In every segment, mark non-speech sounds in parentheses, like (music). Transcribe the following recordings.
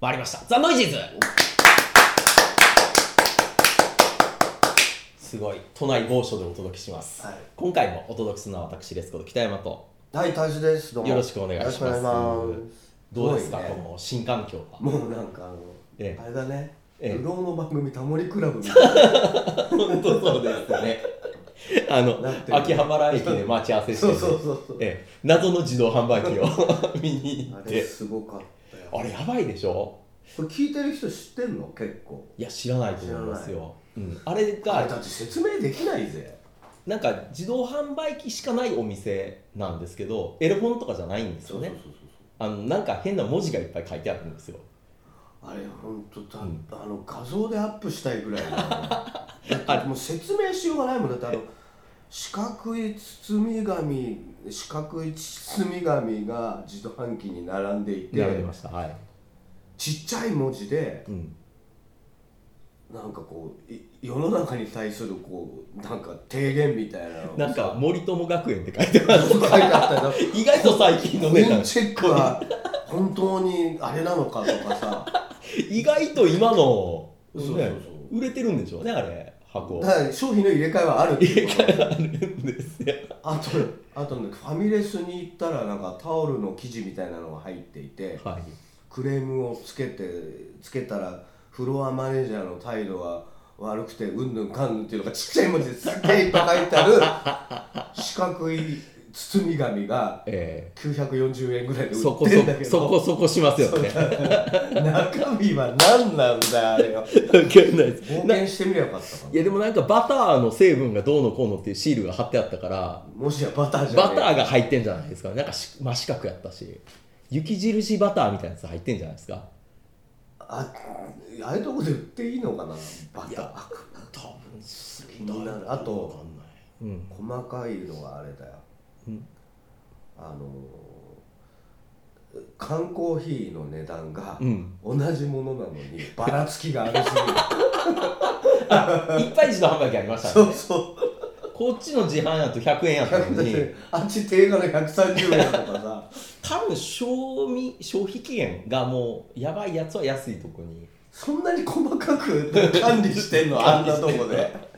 回りました。ザ・ノイジーズすごい。都内某所でお届けします。はい今回もお届けするのは私、レスコと北山と。はい、大樹です。どうもよろしくお願いしますよろくお願いしますどうですか、ごいねこの新環境 (laughs) は。もうなんかあの、ええあれだね、ええ不老の番組タモリクラブみたいな。本当そうですね。あのなって、る秋葉原駅で待ち合わせしてそね、うそうそうそう。ええ謎の自動販売機 (laughs) を見に (laughs) 行っあれて。すごかったよ。あれ、やばいでしょこれ聞いてる人知ってんの結構。いや、知らないと思いますよ。うん、あれあれだがって説明できないぜ。なんか自動販売機しかないお店なんですけどエロ本とかじゃないんですよねそうそうあのなんか変な文字がいっぱい書いてあるんですよそう。あれ本当だ、うんあの画像でアップしたいぐら (laughs) いの。だってもう説明しようがないもんだってあの。四角い包み紙四角い包み紙が自動販機に並んでいてやりましたはい、ちっちゃい文字でうん、なんかこうい世の中に対するこうなんか提言みたいなのをなんさか森友学園って書いてま書いてあったよす (laughs) 意外と最近のコイネンタチェックは本当にあれなのかとかさ意外と今の、そうそうね売れてるんでしょうねあれ箱 (laughs) だから商品の入れ替えはあるっていうことあるんですよあとあとねファミレスに行ったらなんかタオルの生地みたいなのが入っていてはいクレームをつけてつけたらフロアマネージャーの態度は悪くてうんぬんかんぬんっていうのがちっちゃい文字ですっげえいっぱい書いてある四角い包み紙がえ940円ぐらいえでそ売こってそんだけこどそ (laughs) こそこしますよねわ中身は何なんだよあれよかんないです冒な険してみればよかったかいやでもなんかバターの成分がどうのこうのっていうシールが貼ってあったからももしやバターじゃバねえターが入ってんじゃないですかなんかし真四角やったし雪印バターみたいなやつ入ってんじゃないですかあああいうとこで売っていいのかなバいタやー多分す気になるあとうん細かいのがあれだよ、うんあのー缶コーヒーの値段がうん同じものなの (laughs) にばらつきがありすぎるいっぱい自動販売機ありましたそねうそうこっちの自販やと100円やったのに100あっち定価の130円とかさ多分賞味消費期限がもうやばいやつは安いとこにそんなに細かく管理して (laughs) んのあんなとこで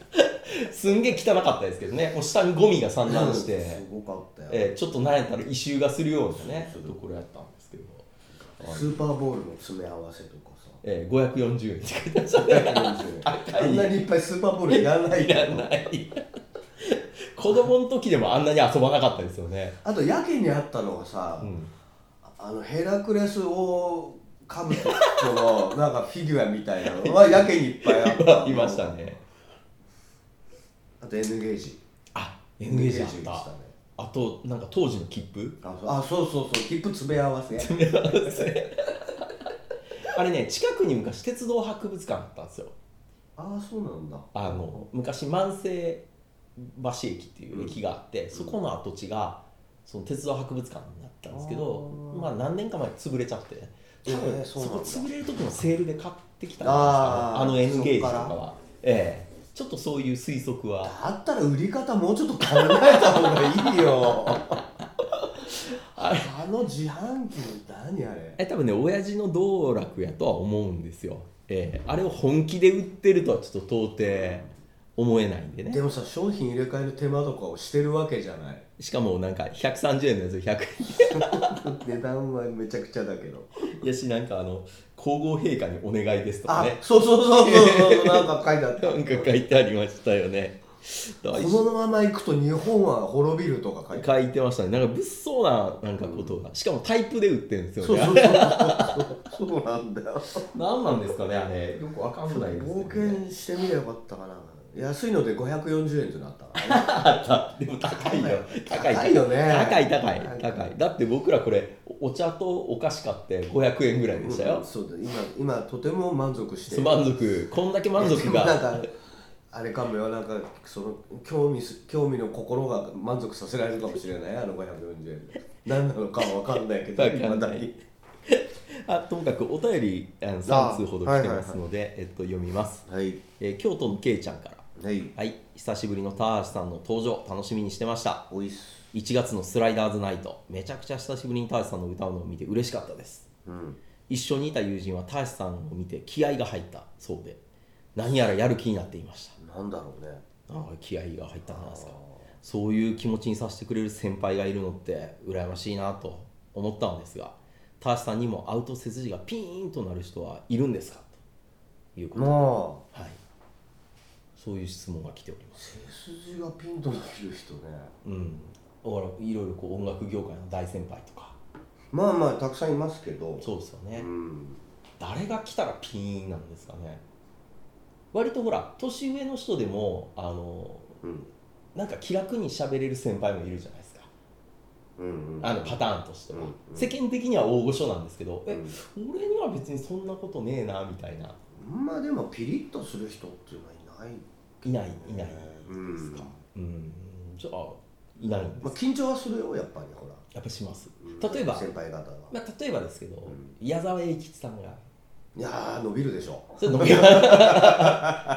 すんげえ汚かったですけどねもう下にゴミが散乱しうんてす、ごかったよ、えーちょっとなんやったら異臭がするようなねそうそうところやったんですけど、スーパーボールの詰め合わせとか (laughs) さえー、540円って書いてあっあんなにいっぱいスーパーボールいらないけたど (laughs) ない (laughs) 子供の時でもあんなに遊ばなかったですよね、あとやけにあったのがさ、うん、あのヘラクレスをかぶとのなんかフィギュアみたいなのはやけにいっぱい (laughs) あった (laughs) いましたねあと N ゲージあ N ゲージあっでしたたねあとなんか当時の切符あそうあそうそうそう切符詰め合わせあれね近くに昔鉄道博物館あったんですよああそうなんだあの昔万世橋駅っていう駅があって、そこの跡地がその鉄道博物館になったんですけどあーまあ何年か前に潰れちゃって多え分ーそそうなんこだ潰れる時のセールで買ってきたんですかねああーの N ゲージとかそっはええちょっとそういう推測はだったら売り方もうちょっと考えた方がいいよあれ (laughs) あの自販機の何あれえ多分ね親父の道楽やとは思うんですよ、ええあれを本気で売ってるとはちょっと到底思えないんでねでもさ商品入れ替えの手間とかをしてるわけじゃない (laughs) しかもなんか130円のやつを100円値段はめちゃくちゃだけどいやしなん (laughs) かあの皇后陛下にお願いですとかあねそうそうそうそうそう (laughs) なんか書いてあったなんか書いてありましたよねだからこのまま行くと日本は滅びるとか書いて書いてましたねなんか物騒ななんかことが、しかもタイプで売ってるんですあよるねそうそうそうそうそうなんだよ何なんですかねあれよくわかんないですけどね冒険してみればよかったかな安いので540円となったからねあったでも高いよ高い高いよね高い高い高い高いだって僕らこれお茶とお菓子買って500円ぐらいでしたよ、そうだ今今とても満足してる満足こんだけ満足でも (laughs) なんがかあれかもよなんかその興味す興味の心が満足させられるかもしれないあの540円何なのかは分かんないけどわかんない未だにあともかくお便り3通ほど来てますので、えっと、読みます、はいえー京都のけいちゃんからはいはい、久しぶりのターシさんの登場楽しみにしてましたおいっす1月のスライダーズナイトめちゃくちゃ久しぶりにターシさんの歌うのを見て嬉しかったですうん一緒にいた友人は大志さんを見て気合が入ったそうで何やらやる気になっていましなんだろうねたああ気合が入ったんじゃないですかそういう気持ちにさせてくれる先輩がいるのって羨ましいなと思ったのですが大志さんにもアウト背筋がピーンとなる人はいるんですかということで、もはい、そういう質問が来ておりまうす背筋がピンときる人ねうんだからいろいろこう音楽業界の大先輩とかまあまあたくさんいますけどそうですよね、うん誰が来たらピーンなんですかね割とほら年上の人でもあのうんなんか気楽に喋れる先輩もいるじゃないですかうんうんあのパターンとしては、うんうん世間的には大御所なんですけど、うえん俺には別にそんなことねえなみたいなまあでもピリッとする人っていうのはいない、いないいないうんですかうんじゃあいないんですまあ、緊張はするよやっぱりほやっぱします、ら例えば先輩方が、まあ、例えばですけど、うん矢沢永吉さん (laughs) がいやー伸びるでしょそれ伸びる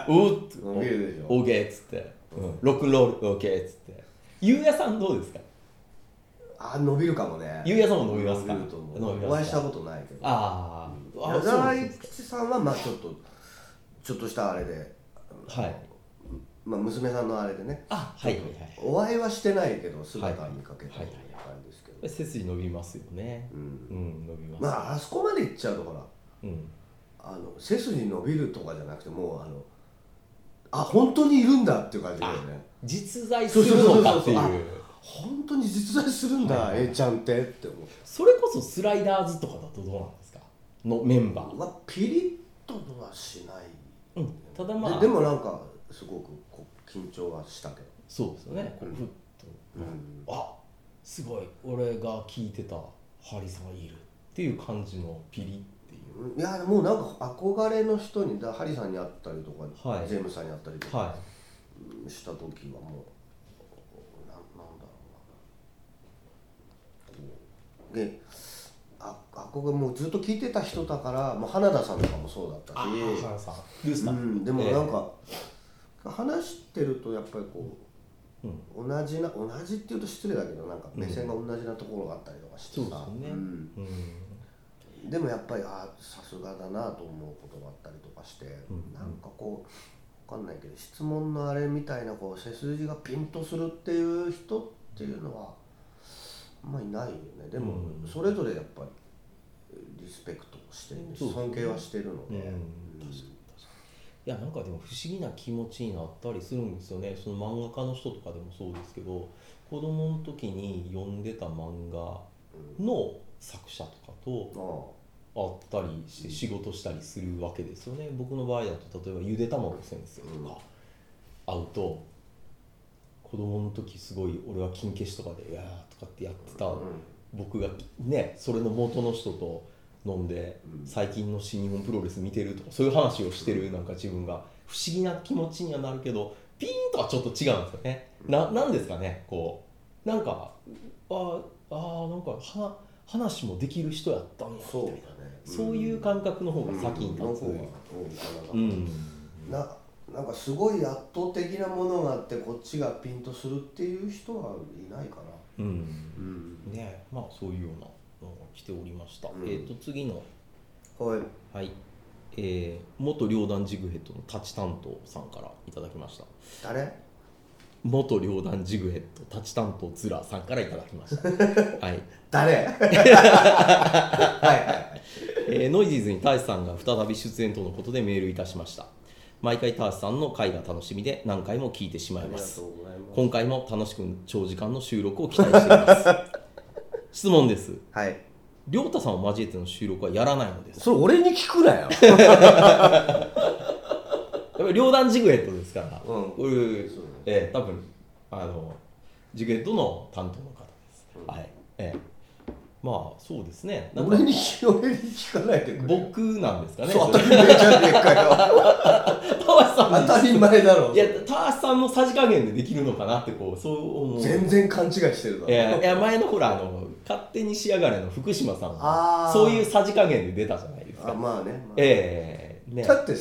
おーっつ伸びるでしオょーケーっつって、うんロックンロールオーケーっつってゆうやさんどうですかあー伸びるかもねゆうやさんも飲みますか伸びると思飲みますかうお会いしたことないけどあーあ矢沢永す吉さんはまあちょっとちょっとしたあれで、はいまあ、娘さんのあれでねあはいはいお会いはしてないけど姿は見かけたりはいとかあれですけど、はい背筋伸びますよねううんん伸びます、まああそこまで行っちゃうとほらうんあの背筋伸びるとかじゃなくてもうあのあ本当にいるんだっていう感じだよね実在するのかっていそうそうそうそうう本当に実在するんだ、はい A ちゃんってって思うそれこそスライダーズとかだとどうなんですかのメンバー、まあピリッとはしなうい、ん、ただまあででもなんかすごくこう緊張はしたけど、そうですよねこうふっと、うんあすごい俺が聞いてたハリさんいるっていう感じのピリっていういやもうなんか憧れの人にだハリさんに会ったりとか、はいジェームスさんに会ったりとかはした時はもうななんだろうなであ憧れもうずっと聞いてた人だからもう花田さんとかもそうだったしい。原さん。ルースタうー。ん、でもなんか、話してるとやっぱりこええ。うん。う同じな同じっていうと失礼だけどなんか目線が同じなところがあったりとかしてそうですさよ、ね。うんでもやっぱりああさすがだなと思うことがあったりとかして、うんなんかこうわかんないけど質問のあれみたいなこう背筋がピンとするっていう人っていうのはあんまいないよねでもうんそれぞれやっぱりリスペクトしてるしそうですね尊敬はしてるのうで、ん。確かに確かに。いやなんかでも不思議な気持ちになったりするんですよね。その漫画家の人とかでもそうですけど、子供の時に読んでた漫画の作者とかとうんああ会ったりして仕事したりするわけですよね。僕の場合だと例えばゆで卵先生とか会うと。子供の時すごい俺は金消しとかで「いやー」とかってやってた僕がねそれの元の人と飲んでうん最近の新日本プロレス見てるとかそういう話をしてるなんか自分が不思議な気持ちにはなるけどピーンとはちょっと違うんですよねななんですかねこうなんかああなんかは話もできる人やったんやみたいそうなだねそういう感覚の方が先に立つうんううんんななんかすごい圧倒的なものがあってこっちがピンとするっていう人はいないかな、うんん、ねまあそういうようなのが来ておりました、うんえっ、と次のはいはい、えー元両団ジグヘッドの立ち担当さんからいただきました誰元両団ジグヘッド立ち担当ズラさんからいただきましたはい、誰はいはいはいえーノイジーズにタシさんが再び出演とのことでメールいたしました毎回タシさんの回が楽しみで何回も聞いてしまあいりまがすとうございます今回も楽しく長時間の収録を期待しています (laughs) 質問ですはい亮太さんを交えての収録はやらないのですそれ俺に聞くなよやっぱり両団ジグヘッドですから、うんこういうそうねええ多分あのジグヘッドの担当の方です、うんはい、ええまあそうですねなんか俺に聞俺に聞かないでくれよ僕なんですかねそう当たり前じゃねえかよタワシさん (laughs) 当のたり前だろいやタワシさんのさじ加減でできるのかなってこうそう思う全然勘違いしてるだろいやいや前のほらあの勝手に仕上がれの福島さんあはーそういうさじ加減で出たじゃないですあか、まあね、まあええねだって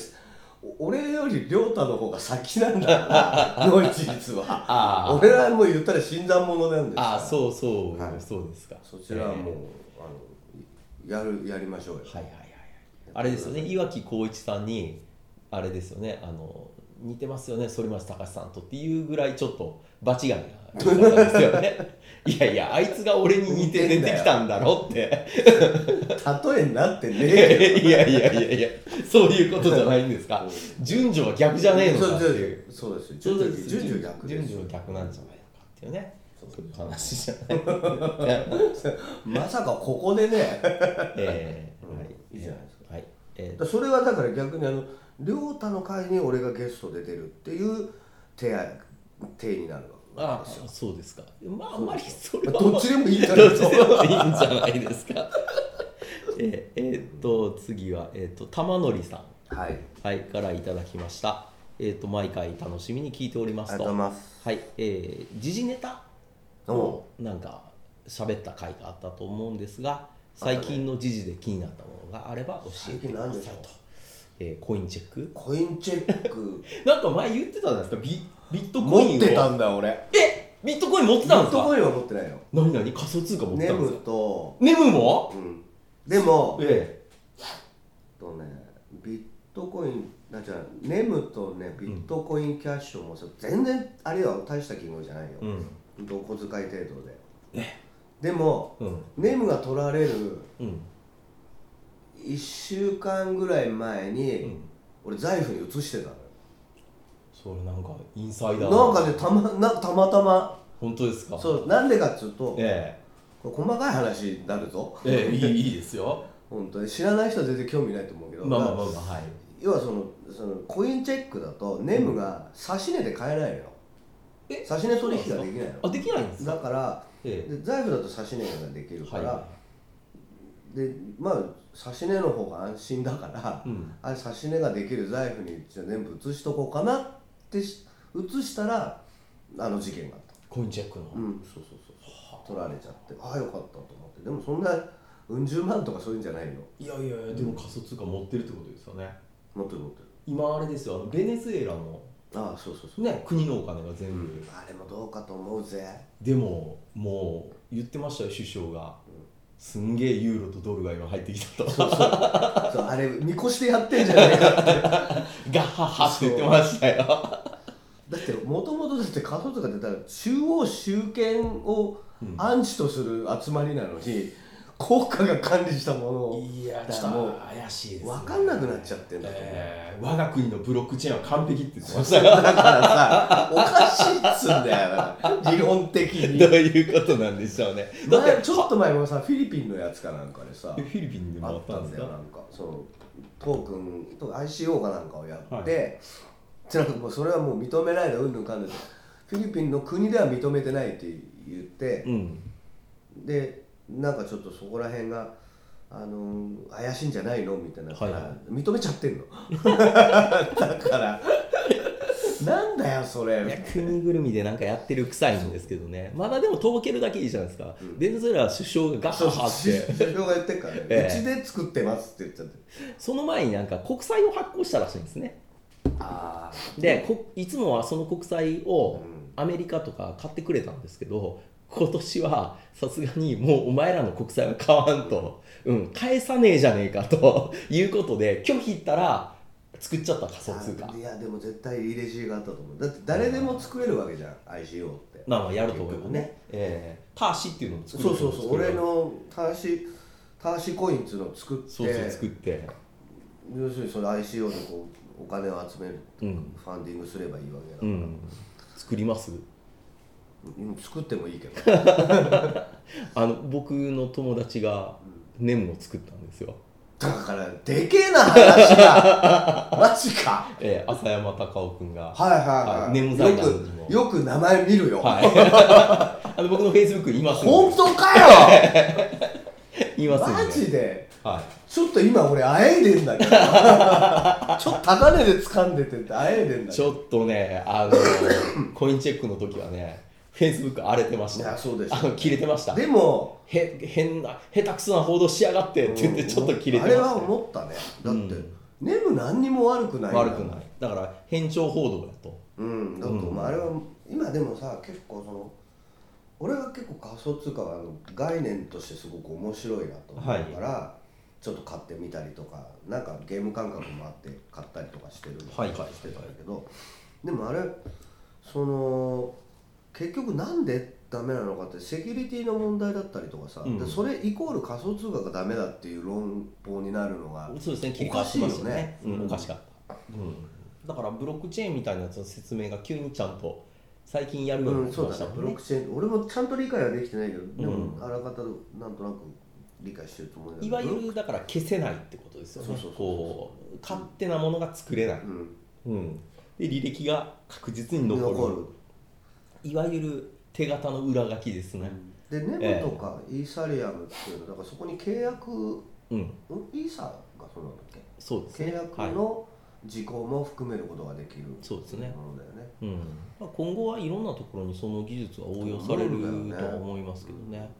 お俺より亮太の方が先なんだから (laughs) ノイジーズはあー俺らもう言ったら新参者なんですからあーそうそう、はいそうですかそちらはもう、ええあのいやるやりましょうよはいはいはいはいあれですよね岩城浩一さんにあれですよねあの似てますよね反町隆史さんとっていうぐらいちょっと場違いな言い方ですよね (laughs) いやいやあいつが俺に似て出てきたんだろって (laughs) 例えになってねいや (laughs) いやえいやいやそういうことじゃないんですか順序は逆じゃねえのそかうってそういうそうですそ順うで序す順序逆で順す序は逆なんじゃないのかっていうねそうそういう話じゃな (laughs) いまさかここでね (laughs) ええはいいいじゃないですかはいえーそれはだから逆にあの亮太の会に俺がゲストで出るっていう手や手になるわあけですよあそうですかまああんまりそれはどっちでもいいんじゃない (laughs) どっちですかでもいいんじゃないですか。 (laughs) えーえーっと次は、えーっと玉のりさん、はいありはい、からいただきました。えーっと毎回楽しみに聞いておりますがとと。うございますはい、えー時事ネタおうをなんか喋った回があったと思うんですが、最近の時事で気になったものがあれば教えてください最近何でしょうと。えーコインチェックコインチ (laughs) ェックなんか前言ってたじゃないですかビビットコインを持ってたんだ俺ビットコイン持ってビたんでッすかトコインは持ってないよ何何仮想通貨持ってネたんですムかと、ネムもうん、でもえっえとねビットコインなんじゃネムとねビットコインキャッシュを持つ全然あれは大した金額じゃないよ、えうんほんとお小遣い程度で、でもうんネムが取られるうん1週間ぐらい前に、うん俺財布に移してたのよそれなんかインサイダーなんかねたまなたまたま本当ですかそうなんでかっつうとえこれ細かい話になるぞえええいいいいです (laughs) よ本当に知らない人は全然興味ないと思うけど、まあまあまあまだあからはい要はそのそのコインチェックだとネムが指値で買えないのよ、え差し値取引ができないあできないんですのだかからえで財布だと指値ができえるかはいら、はでまあ指し値の方が安心だから、いうんあれ指し値ができる財布にじゃあ全部移しとこうかなってし移したらあの事件があっコインチェックのたうんそうそうそうそう取られちゃってああよかったと思ってでもそんなうん十万とかそういうんじゃないのいやいやいやでも仮想通貨持ってるってことですよね持ってる持ってる今あれですよあのベネズエラのああそうそうそう、ね国のお金が全部、あれもどうかと思うぜでももう言ってましたよ首相がすんげえユーロとドルが今入ってきたとそうあれ見越してやってんじゃないかっガてッハッハって言ってましたよだってもともとだって仮想通貨ってたら中央集権をアンチとする集まりなのに、国家が管理したものをいやだちかょらっもとう怪しいです、ね、分かんなくなっちゃってんだと思うえー我が国のブロックチェーンは完璧って言ってましだからさおかしいっつうんだよな理論 (laughs) 的にたどういうことなんでしょうねだって前ちょっと前もさフィリピンのやつかなんかでさえフィリピンでもああっったたんでんだすよかなんかそのトークンと ICO かなんかをやって、つらくもうそれはもう認めないのうんぬんかんぬんでフィリピンの国では認めてないって言ってう、んでなんかちょっとそこら辺が、あのー怪しいんじゃないのみたいな、はいはい認めちゃっ (laughs) てんのだからなんだよそれいや国ぐるみでなんかやってる臭いんですけどねまだでもとぼけるだけいいじゃないですか、うんベネズエラ首相がガッそうハッハ (laughs) って首相が言ってるからね、ええうちで作ってますって言っちゃってその前になんか国債を発行したらしいんですねあでこいつもはその国債うをんアメリカとか買ってくれたんですけど今年はさすがにもうお前らの国債は買わんと、うん、返さねえじゃねえかということで拒否ったら作っちゃった仮想通貨いやでも絶対入れ知恵があったと思うだって誰でも作れるわけじゃん ICO ってまあまあやると思えば結局ねねえー、ターシっていうのを作るそうそうそう俺作るのターシターシコインっつうのを作ってそうそう作って、要するにその ICO でこうお金を集めるうんファンディングすればいいわけだかうら、ん、作りますうん作ってもいいけどあの僕の友達がネムを作ったんですよ、だからでけえな話が (laughs) マジかえー、浅山隆夫君がはいはいはい、はい眠剤なんにもよくよく名前見るよ、はい。あの僕のフェイスブックいますんで本当か (laughs) よいますんで。マジではい。ちょっと今俺あえいで (laughs) んだけどちょっと高値で掴んでてってあえいでんだけちどょっとね、あの、コインチェックの時はね、フェイスブック荒れてましいやた。そうでしょあの、切れてました。でもへ、変な、下手くそな報道しやがってって言って、ちょっと切れてましあれたはね、思ったねだって、うん眠何にも悪くないんだ悪くない。だから、変調報道だと。うんだと、うんまあ、あれは今でもさ結構その俺は結構仮想通貨はあの概念としてすごく面白いなと思うから、ちょっと買ってみたりとかなんかゲーム感覚もあって買ったりとかしてるはいはいしてたんだけどでもあれその結局なんでダメなのかってセキュリティの問題だったりとかさ、うんでそれイコール仮想通貨がダメだっていう論法になるのがそうですね、切り替わってますよね。うんおかしかった、うん。だからブロックチェーンみたいなやつの説明が急にちゃんと最近やるようにう、なんってそうまだしたねもブんロねッ。クチェーン俺もちゃんと理解はできてないけど、でうんもあらかたなんとなく理解してると思うんだけいどわゆるだから消せないってことですよねそうそうそうそうこう勝手なものが作れない、うん、うん、で履歴が確実に残る残るいわゆる手形の裏書きですねでネムとかイーサリアムっていうのだからそこに契約んうん、イーサがそうなんだっそうですけね契約はいの事項も含めることができるそうですねものだよねうんまあ、今後はいろんなところにその技術は応用されるうんとは思いますけどね、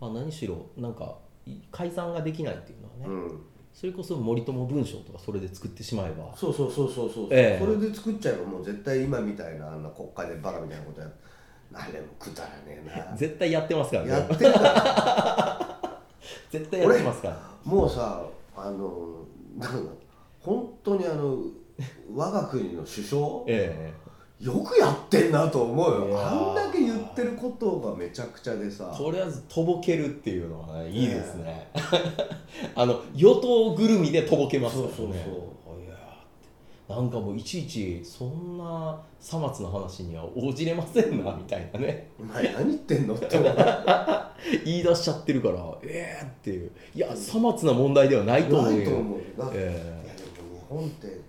まあ、何しろなんかい改ざんができないっていうのはね、うん、それこそ森友文章とかそれで作ってしまえばそうそうそうそうそう、ええそれで作っちゃえばもう絶対今みたいなあんな国会でバカみたいなことやあれもくだらね (laughs) え絶対やってますからなやねってるから絶対やってますからもうさあのなんだ本当にあの我が国の首相えよくやってんなと思ういやよーあんだけ言ってることがめちゃくちゃでさえとりあえずとぼけるっていうのはねいいですね、あの与党ぐるみでとぼけますからねそうそうそういやーってなんかもういちいちそんなさまつな話には応じれませんなみたいなねお前何言ってんのって思う言い出しちゃってるからええー、っていういやさまつな問題ではないと思うよないと思うな、いえやでも日本って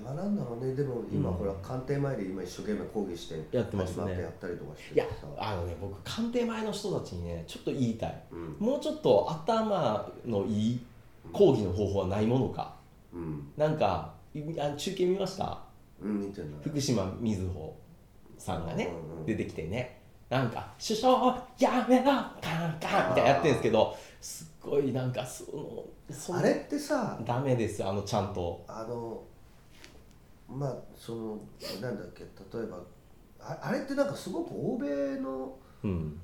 平和なんだろうねでも今、うんほら官邸前で今一生懸命抗議してやってますね始まってやったりとかしえていやさあのね僕官邸前の人たちにねちょっと言いたいうんもうちょっと頭のいい講義の方法はないものかうんなんかいあ中継見ましたうん見てない福島みずほさんがねうんうん出てきてねなんか「首相やめろカンカン」みたいなやってるんですけどすっごいなんかそのそのあれってさダメですよあのちゃんとあのまあそのなんだっけ例えばああれってなんかすごく欧米のうん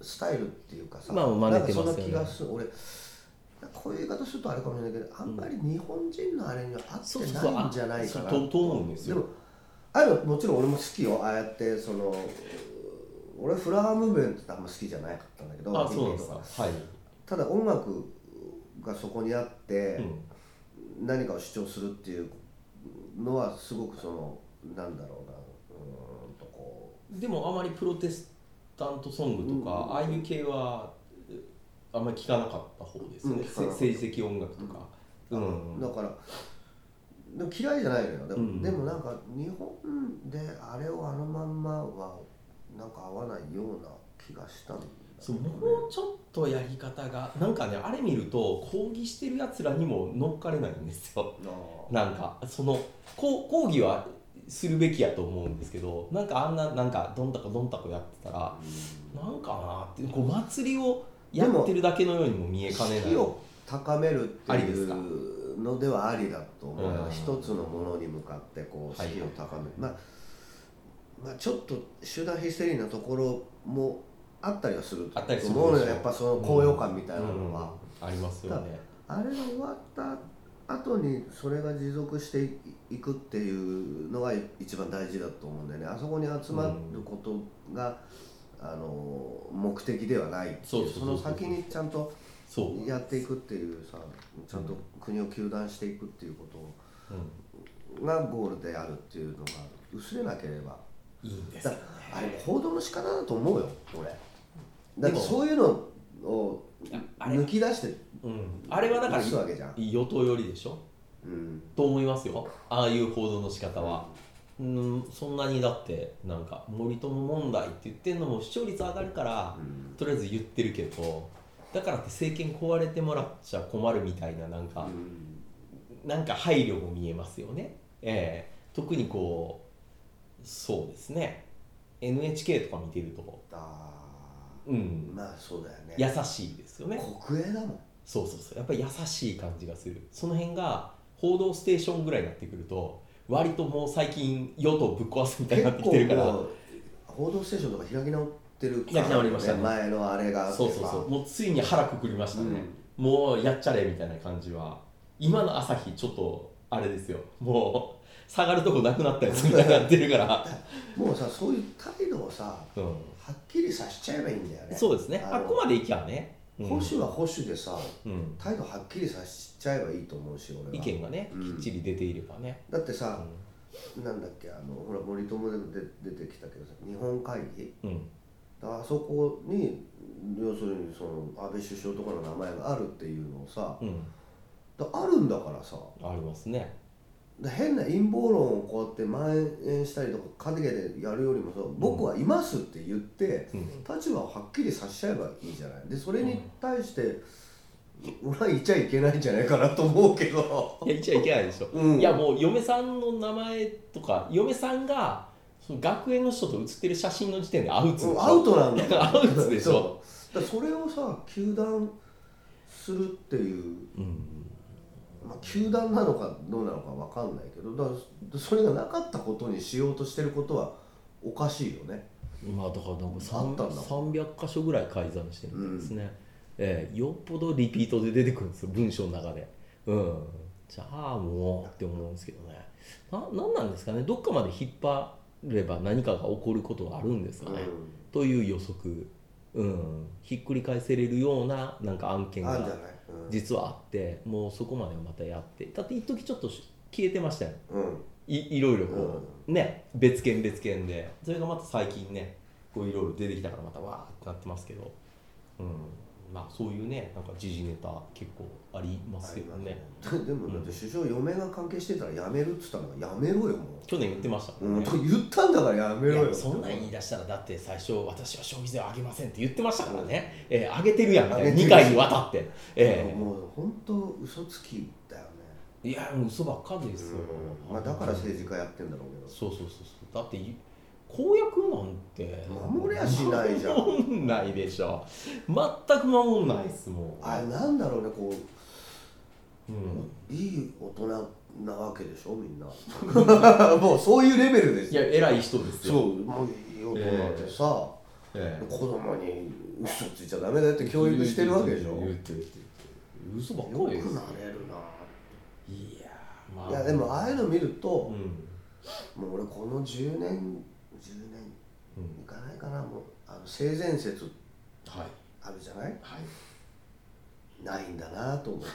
スタイルっていうかさ、まあ真似てますよねなんかそんな気がする俺なんかこういう言い方するとあれかもしれないけどあんまり日本人のあれには合ってそうそうそうないんじゃないかなあそうとと思うんですよもああいうのもちろん俺も好きよああやってその俺フラワームーブメントってあんま好きじゃなかったんだけどあそうなんでとすかかはいただ音楽がそこにあって、うん何かを主張するっていうのはすごくそのなんだろうなうーんとこでもあまりプロテスタントソングとか、うんああいう系はえあんまり聞かなかった方ですね、うん聞かなかったせ政治的音楽とか、う、うんだからでも嫌いじゃないのよでも,、うんでもなんか日本であれをあのまんまはなんか合わないような気がしたんだよねそうもうちょっとやり方がなんかねあれ見ると抗議してるやつらにも乗っかれないんですよななんかそのこう抗議はするべきやと思うんですけどなんかあんななんかどんたこどんたこやってたらあうなんんかなってこう祭りをやってるだけのようにも見えかねない士気を高めるってありですいかうのではありだと思う、うん一つのものに向かってこうはい士気を高める、まあ、まあちょっと集団ヒステリーなところもあったりはするあったりするでしょと思うのよやっぱその高揚感みたいなのは、うんありますよねあれが終わった後にそれが持続していくっていうのが一番大事だと思うんだよねあそこに集まることが、あの目的ではないっていそうそうそうそうその先にちゃんとそうやっていくっていうさちゃんと国を糾弾していくっていうこうとがゴールであるっていうのが薄れなければん、いいんですだよあれ報道の仕方だと思うよ俺だっでもてそういうのをあれ抜き出してうん、あれはだから出すわけじゃん、与党寄りでしょうん、と思いますよああいう報道の仕方は、うん、そんなにだってなんか森友問題って言ってんのも視聴率上がるから、うんとりあえず言ってるけどだからって政権壊れてもらっちゃ困るみたいななんか、なんか配慮も見えますよねええ特にこうそうですね NHK とか見てるとあうーんまあそうだよね優しいですよね国営だもんそうそうそうやっぱり優しい感じがするその辺が「報道ステーション」ぐらいになってくると割ともう最近与党ぶっ壊すみたいになってきてるからう「報道ステーション」とか開き直っってるいや決まりましたね前のあれがあってそうそうそうもうついに腹くくりましたね、もうやっちゃれみたいな感じは今の朝日ちょっとあれですよもう下がるとこなくなったやつみたいになってる (laughs) から、まあもうさそういう態度をさはうん、っきりさしちゃえばいいんだよねそうですねああのっこまでいきゃね、うん保守は保守でさうん、態度はっきりさしちゃえばいいと思うし俺は意見がね、うんきっちり出ていればね、だってさ、うなんだっけあのほら森友で出出てきたけどさ日本会議んうん、あそこに要するにその安倍首相とかの名前があるっていうのをさうん、だあるんだからさありますねで変な陰謀論をこうやって蔓延したりとか陰でやるよりもさ僕はいますって言ってうん立場をはっきりさせちゃえばいいじゃないでそれに対して俺は言っちゃいけないんじゃないかなと思うけどいや言っちゃいけないでしょ、うんいやもう嫁さんの名前とか嫁さんがその学園の人と写ってる写真の時点でアウトでしうんょアウトなんだから (laughs) アウトでしょそうだからそれをさ糾弾するっていううんまあ、球団なのかどうなのかわかんないけどだからそれがなかったことにしようとしてることはおかしいよねまあだからなんかあったんだ300箇所ぐらい改ざんしてるんですね、ええよっぽどリピートで出てくるんですよ文章の中でうんじゃあもうって思うんですけどねななんなんですかねどっかまで引っ張れば何かが起こることはあるんですかね、という予測、うん、ひっくり返せれるようななんか案件あるんがじゃない、うん実はあってもうそこまでまたやってだって一時ちょっとし消えてましたようんいいろいろこう、ね別件別件でそれがまた最近ねこういろいろ出てきたからまたわーってなってますけど、うん、まあそういうねなんか時事ネタ結構ありますよねありますねでもだって首相嫁が関係してたらやめるっつったのがやめろよも去年言ってましたう、もんうん、ねと、言ったんだからやめろいよやそんなん言い出したらだって最初私は消費税を上げませんって言ってましたからね、えー上げてるやんみたいな上げ2てる回にわたって、えもう本当嘘つきだよね、ーいやもう嘘ばっかりですよ、うんまあ、だから政治家やってんだろうけどそうそうそうそうだってい公約なんて守りゃしないじゃん守んないでしょ全く守んないっすもんあれなんだろうねこうういい大人なわけでしょみん (laughs) なもうそういうレベルでん、いすよや偉い人ですよそうもういい大人ってさ、ええ子供に嘘ついちゃダメだよって教育してるわけでしょよ言うてる言うてる言うてる嘘ばっかりですくなよれるいやまないやでもああいうの見るうと、んもう俺この10年10年うんいかないかなもうあの性善説はいあるじゃないはいないんだなと思っ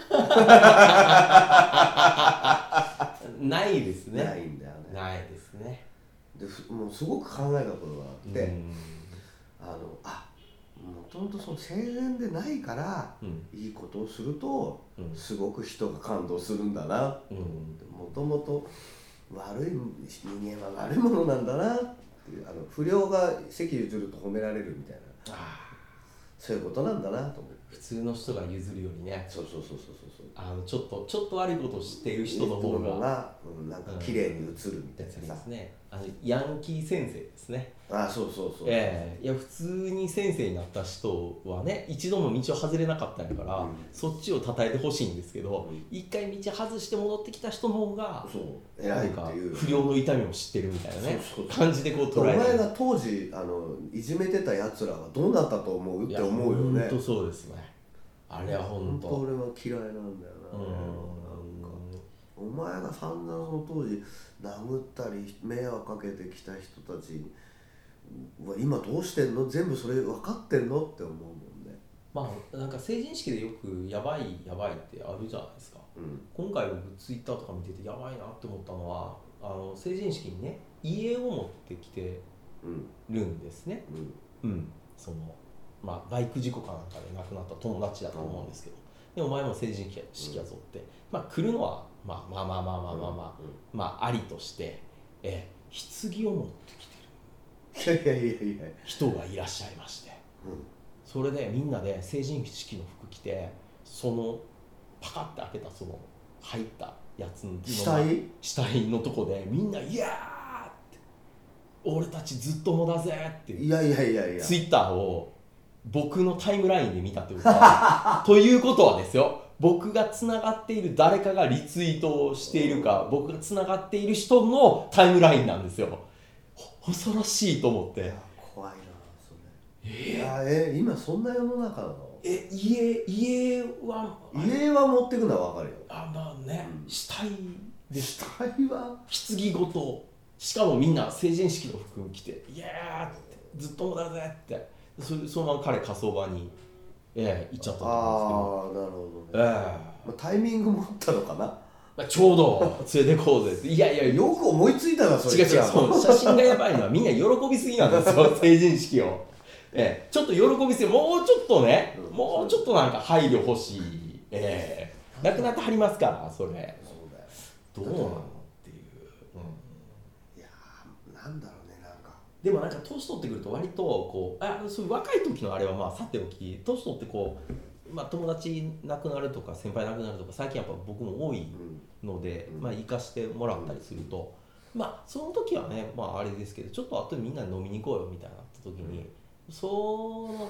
ないですて、ねないんだよねないですねでふもうすごく考えたことがあって、うんあのあもともとその性善でないからうんいいことをするとうんすごく人が感動するんだなうんもともと悪い人間は悪いものなんだなっていうあの不良が席譲ると褒められるみたいなああそういうことなんだなと思って普通の人が譲るよりねそうそうそうそうそうそうあのちょっとちょっと悪いことを知っている人の方がうん、なんか綺麗に映るみたいやつでなさす、ねあのヤンキー先生ですねああそうそうそう、ええいや普通に先生になった人はね一度も道を外れなかったんやから、うんそっちを叩いてほしいんですけど、うん一回道外して戻ってきた人の方がそうな偉いんってかいう不良の痛みを知ってるみたいなねそうそうそう感じでこうお捉え前てが当時あのいじめてたやつらはどうなったと思うって思うよね本当そうですねあれは本本当当俺は嫌いなんだような,、なんかお前が散々その当時殴ったり迷惑かけてきた人たちは今どうしてんの全部それ分かってんのって思うもんね、まあなんか成人式でよく「やばいやばい」ってあるじゃないですかうん、今回僕ツイッターとか見ててやばいなって思ったのはあの成人式にね家を持ってきてうんるんですね、うんうん、そのまあバイク事故かなんかで亡くなった友達だと思うんですけど、でも前も成人式やぞって、まあ来るのは、まあ、まあまあまあまあまあまあ、まあありとしてええ棺を持ってきてるいやいやいやいや、人がいらっしゃいましてそれでみんなで成人式の服着てそのパカッて開けたその入ったやつのうん、死体死体のとこでみんな「イエー!」って「俺たちずっともだぜ!」っていういやいやいやいやツイッターを僕のタイムラインで見たってこと (laughs) はということはですよ僕がつながっている誰かがリツイートをしているか僕がつながっている人のタイムラインなんですよほ恐ろしいと思って怖いなそれえいやえ今そんな世の中なのえ家家は家は持ってくのは分かるよあまあね、うん死体でし死た体は棺ごとしかもみんな成人式の服着て「イエーってずっとだぜってそれそのまま彼火葬場に、ええ行っちゃったと思ああなるほうんですけど、どええね、まあ、タイミング持ったのかなまあ、ちょうど連れてこうぜっていやいやよよく思いついたなそれ違う違うその写真がやばいのはみんな喜びすぎなんですよ (laughs) 成人式を、ええ、ちょっと喜びすぎもうちょっとねうんもうちょっとなんか配慮欲しい、ええ、なくなってはりますからそれそうだよどうなのっていう、うんいやーなんだろうねなんかでもなんか年取ってくると割とこうあそういう若い時のあれはまあさておき年取ってこう、まあ、友達亡くなるとか先輩亡くなるとか最近やっぱ僕も多いうんので、うんまあ、行かしてもらったりすると、まあその時はねまああれですけどちょっと後でみんなで飲みに行こうよみたいになった時に、その、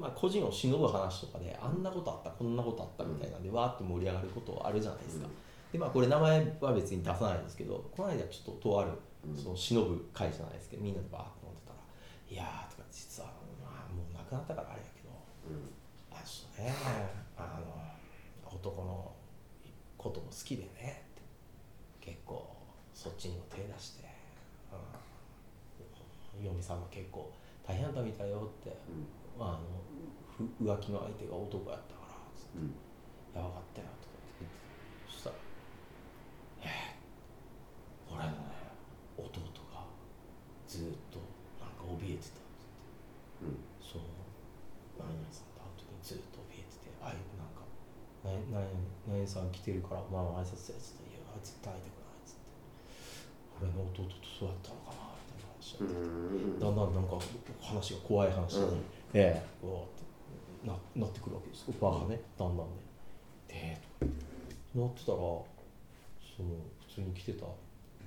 まあ、個人を忍ぶ話とかであんなことあったこんなことあったみたいなんでわーって盛り上がることあるじゃないですか。でまあこれ名前は別に出さないんですけどこの間ちょっととあるうんその忍ぶ会じゃないですけどみんなでバーッと飲んでたら「いやー」とか「実は、まあ、もう亡くなったからあれやけどうんあちょっとねあの男のことも好きでね」って結構そっちにも手出して、うん、嫁さんも結構大変だったみたいよって、まあ、あのふ浮気の相手が男やったからつってうんうんやばかったよとかって言ってそしたら「えー、俺のね弟がずっとなんか怯えてた」ってうん言ってその何々さんと会う時にずっと怯えてて「あいなんか何々何々さん来てるからお前も挨拶せえ」っつって「いや絶対会いたくない」っつって「俺の弟とそうやったのかな」みたいな話をう。んだんだんなんか話が怖い話に、うんええうわーってななってくるわけですよバーがねだんだんねでとかってなってたらその普通に来てた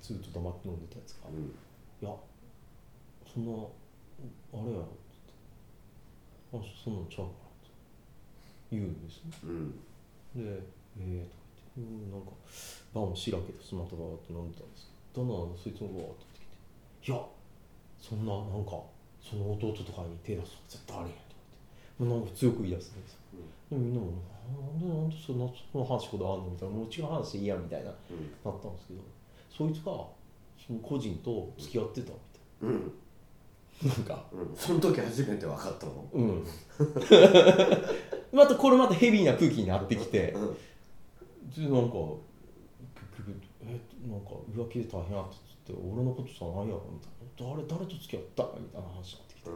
ずっと黙って飲んでたやつが「うんいやそんなあれやろ」って言って「あそんなんちゃうから」って言うんですねうんで「ええとか言ってうんなんかバーも白けてその後バーって飲んでたんですけどだんだんそいつもバーって出てきて「いやそんななんかその弟とかに手出すとか絶対ありえん」とか言ってもうなんか強く言い出すんですよ、でみんなも「なんでなんでそんなその話こだわんの?」みたいな「もう違う話でいいや」みたいななったんですけどそいつがその個人と付き合ってたみうんうんたいななんかうんその時初めて分かったのうん (laughs) またこれまたヘビーな空気になってきてうでんなんか結局「えなんか浮気で大変やった」っつって「俺のことじゃないやろ」みたいな「誰誰と付き合った?」みたいな話になってきて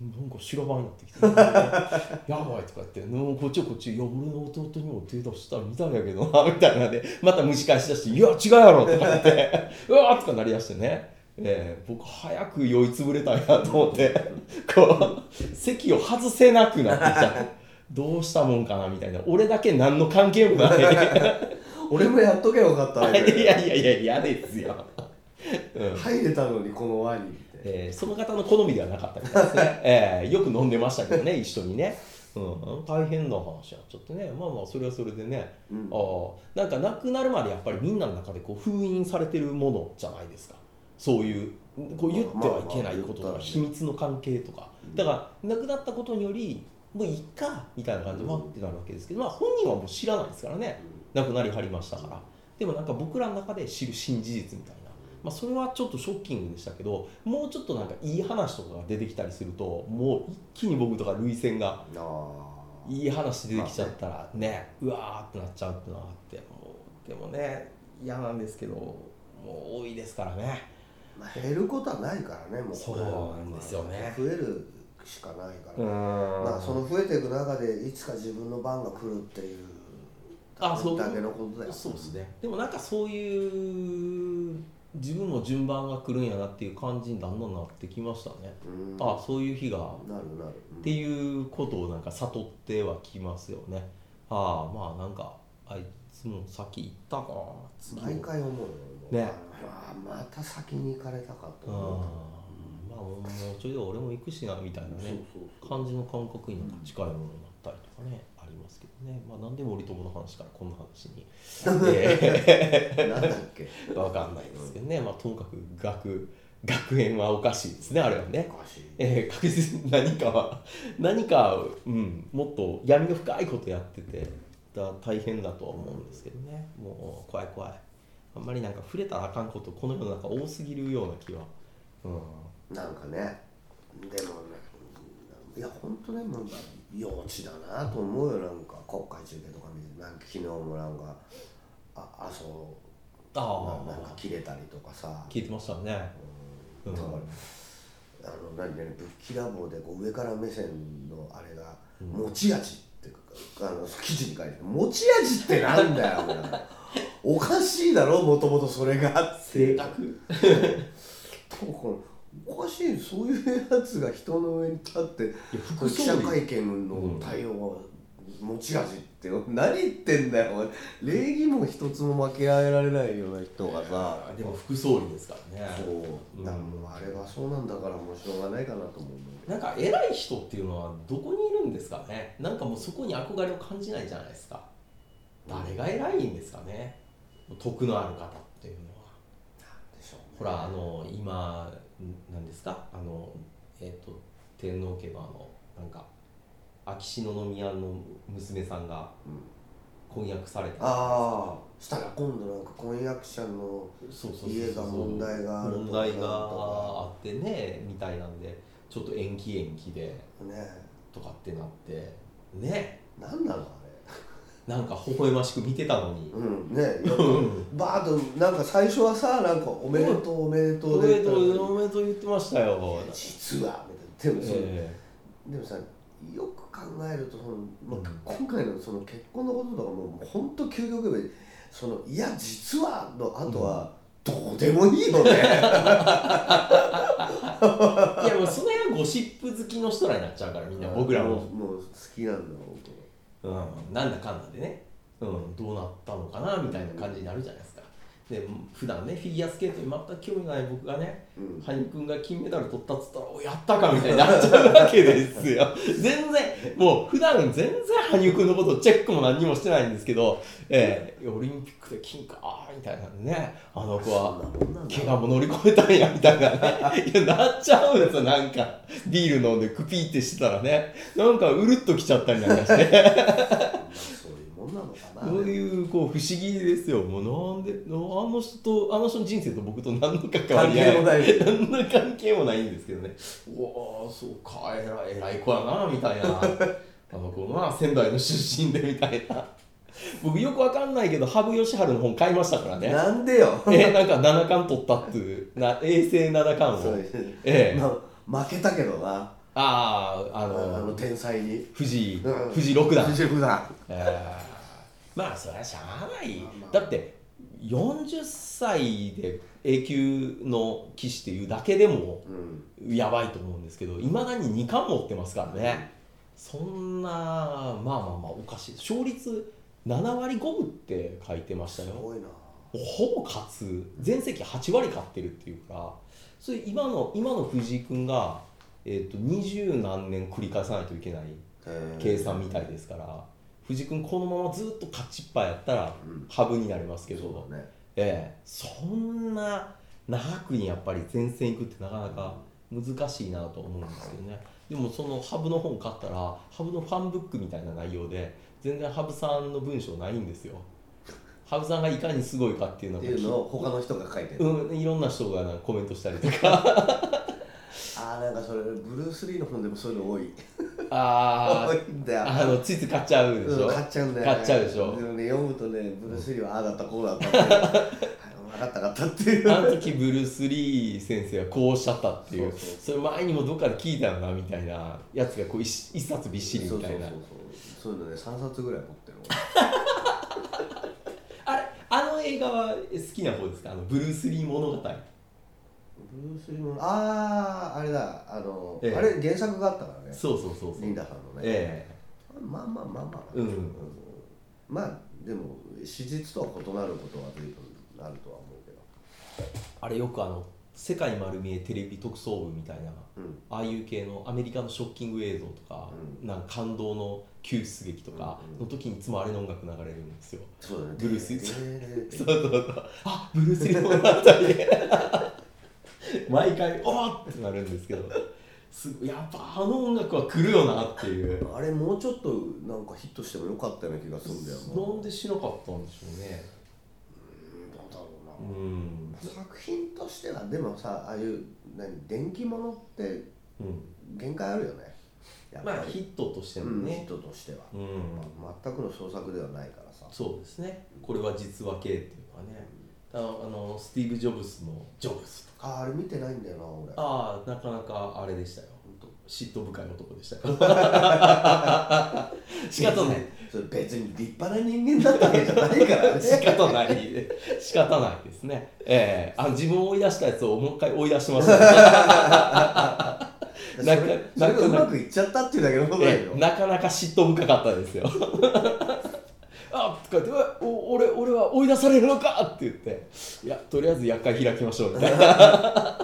なんか白場になってきて「やばい」とか言って「 (laughs) うんこっちはこっちいや俺の弟にも手出したみたいやけどな」 (laughs) みたいなんでまた蒸し返しだして「いや違うやろ」とか言って (laughs) 「うわ!」とかなりだしてね、えー僕早く酔いつぶれたんやと思って (laughs) こう席を外せなくなってきちゃって。どうしたもんかなみたいな俺だけ何の関係もない (laughs) 俺もやっとけばよかったねいやいやいや嫌ですよ、うん入れたのにこのワインってえーその方の好みではなかったみたいです (laughs) ね、えーよく飲んでましたけどね一緒にね、うん、大変な話やっちゃってねまあまあそれはそれでねうんあーなんか亡くなるまでやっぱりみんなの中でこう封印されてるものじゃないですかそういうこう言ってはいけないこととまあまあまあ言ったらかね秘密の関係とかうんだから亡くなったことによりもういっかみたいな感じでわってなるわけですけど、まあ、本人はもう知らないですからね亡くなりはりましたからでもなんか僕らの中で知る新事実みたいな、まあ、それはちょっとショッキングでしたけどもうちょっとなんかいい話とかが出てきたりするともう一気に僕とか涙腺があーいい話出てきちゃったらねうわーってなっちゃうってなってもうでもね嫌なんですけどもう多いですからねまあ減ることはないからねもうそうなんですよね増えるしかないから、んまあその増えていく中でいつか自分の番が来るっていうあそうだけのことだよそうですねでもなんかそういう自分も順番が来るんやなっていう感じにだんだんなってきましたねうんあそういう日がなるなっるっていうことをなんか悟ってはきますよねああまあなんかあいつも先行ったかな次毎回思うよもうねあーまた先に行かれたかとうん思まあもうもうちょいで俺も行くしなみたいなうねそうそう感じの感覚になんか近いものになったりとかねありますけどねまあなんで森友の話からこんな話 (laughs) にでなんだっけ (laughs) わかんないですけどねまあともかく学学園はおかしいですねあれはねお、かしいえー確実に何かは何か、うん、もっと闇の深いことやっててだ大変だとは思うんですけどねもう怖い怖いあんまりなんか触れたらあかんことこの世の中多すぎるような気は、うん、なんかねでもねいや本当ねもう幼稚だなと思うよなんか国会中継とか見てなんか昨日もなんかあ麻生あななんかあ切れたりとかさ聞いてましたねううんんだからあの何何ぶっきらぼうでこう上から目線のあれが持ち味ってあの記事に書いてある持ち味ってなんだよもうおかしいだろもともとそれがって格多分このおかしいそういうやつが人の上に立って服記装者で会見の対応は持ち味って、何言ってんだよお前礼儀も一つも負けられないような人がさでも副総理ですからねそうなんかもうあれがそうなんだからもうしょうがないかなと思うんだけどなんか偉い人っていうのはどこにいるんですかねなんかもうそこに憧れを感じないじゃないですか誰が偉いんですかね徳のある方っていうのはでしょうねほらあの今んなんですかあのえっ、と天皇家のあのなんか秋篠宮の娘さんがうん婚約されたああしたら今度なんか婚約者のそうそうそうそう家が問題があるとか問題があってねみたいなんでちょっと延期延期でねとかってなってね何なのあなんか微笑ましく見てたのにれうん (laughs) ねよくおバーッとなんか最初はさなんかおめでとうおめでとうめででとうおめでとう言ってましたよ、実はみたいなでもそれえでもさよく考えるとその、まあう今回のその結婚のこととかももう本当究極でそのいや実はの後はどうでもいいよね、 (laughs) えいやもうその辺はゴシップ好きの人らになっちゃうからみんな僕らもうも、もう好きなんだ本当うん、なんだかんだでね、うん、どうなったのかなみたいな感じになるじゃないですかで普段ねフィギュアスケートに全く興味ない僕がねうん羽生君が金メダル取ったっつったらおやったかみたいになっちゃうわけですよ (laughs) 全然もう普段全然羽生君のことチェックも何にもしてないんですけど、ええオリンピックで金かあーみたいなねあの子はそんなもんなんだ怪我も乗り越えたんやみたいなねいやなっちゃうんですよなんかビール飲んでクピーってしてたらねなんかうるっときちゃったりなんかしてまあそういうもんなのかなそういうこう不思議ですよもうなんでなあの人とあの人の人生と僕と何の関わ関り合い係もない何の関係もないんですけどねおおそうかえらいえらい子やなみたいな (laughs) あの子は仙台の出身でみたいな僕よくわかんないけど羽生善治の本買いましたからねなんでよえなんか七冠取ったっていうな衛星七冠そを (laughs) ういうええまあ負けたけどなああああのの天才に藤井うん藤井六段藤井六段えーまあそりゃしゃあない、まあまあだって40歳で A 級の棋士っていうだけでもうんやばいと思うんですけどいまだに2冠持ってますからねそんなまあまあまあおかしい勝率7割5分って書いてましたすよごいなほぼ勝つ全席8割勝ってるっていうからそれ今の今の藤井君がえっと二十何年繰り返さないといけない計算みたいですから藤井君このままずっと勝ちっぱやったらうんハブになりますけけど、どねええ、そんな長くにやっぱり前線行くってなかなか難しいなと思うんですよねでもそのハブの本買ったらハブのファンブックみたいな内容で全然ハブさんの文章ないんですよハブさんがいかにすごいかっていうのっをていうのを他の人が書いてる、うん、いろんな人がなんかコメントしたりと (laughs) かああなんかそれブルース・リーの本でもそういうの多いあ多ーいんだよあのついつい買っちゃうでしうょん買っちゃうんだよ、ね、買っちゃうでしょもね読むとねブルース・リーはああだったこうだ (laughs) ったってあの分かった分かったっていうあの時ブルース・リー先生はこうおっしゃったっていうそうそそうれ前にもどっかで聞いたよなみたいなやつがこう一一冊びっしりみたいなそうそうそうそういうのね3冊ぐらい持ってるあれあの映画は好きな方ですかあのブルース・リー物語俺ブルース・リーのあああれだあの、ええあれ原作があったからねそうそうそうそうリンダさんのね、えまあまあまあまあ、うんまあでも史実とは異なることは随分あるとは思うけどえあれよくあの「世界丸見えテレビ特捜部」みたいなうんああいう系のアメリカのショッキング映像とか,、うんなんか感動の救出劇とかの時にいつもあれの音楽流れるんですよ、そうだねブルースえーそうそうそう。あブルース・リーの物語で。毎回「おーっ!」ってなるんですけどすごいやっぱあの音楽は来るよなっていうあれもうちょっとなんかヒットしてもよかったような気がするんだよななんでしなかったんでしょうねうんどうだろうなうん作品としてはでもさああいう何電気ものってうん限界あるよねやっぱり、まあヒットとしてうもんヒッねトとしては、うん、全くの創作ではないからさそうですねこれは実話系っていうかねあのあのスティーブ・ジョブスの「ジョブズ」とかああれ見てないんだよな俺ああなかなかあれでしたよ本当嫉妬深い男でしたよ仕方ない別 (laughs) にそれ別に立派な人間だったわけじゃないから (laughs) ね仕方ない仕方ないですねええあの自分を追い出したやつをもう一回追い出しま (laughs) した、それなんかそれがうなんかまくいっちゃったっていうだけのことだえよえなかなか嫉妬深かったです (laughs) よあとかってうわお俺俺は追い出されるのかって言っていやとりあえず厄介開きまし (laughs) ょうみたいな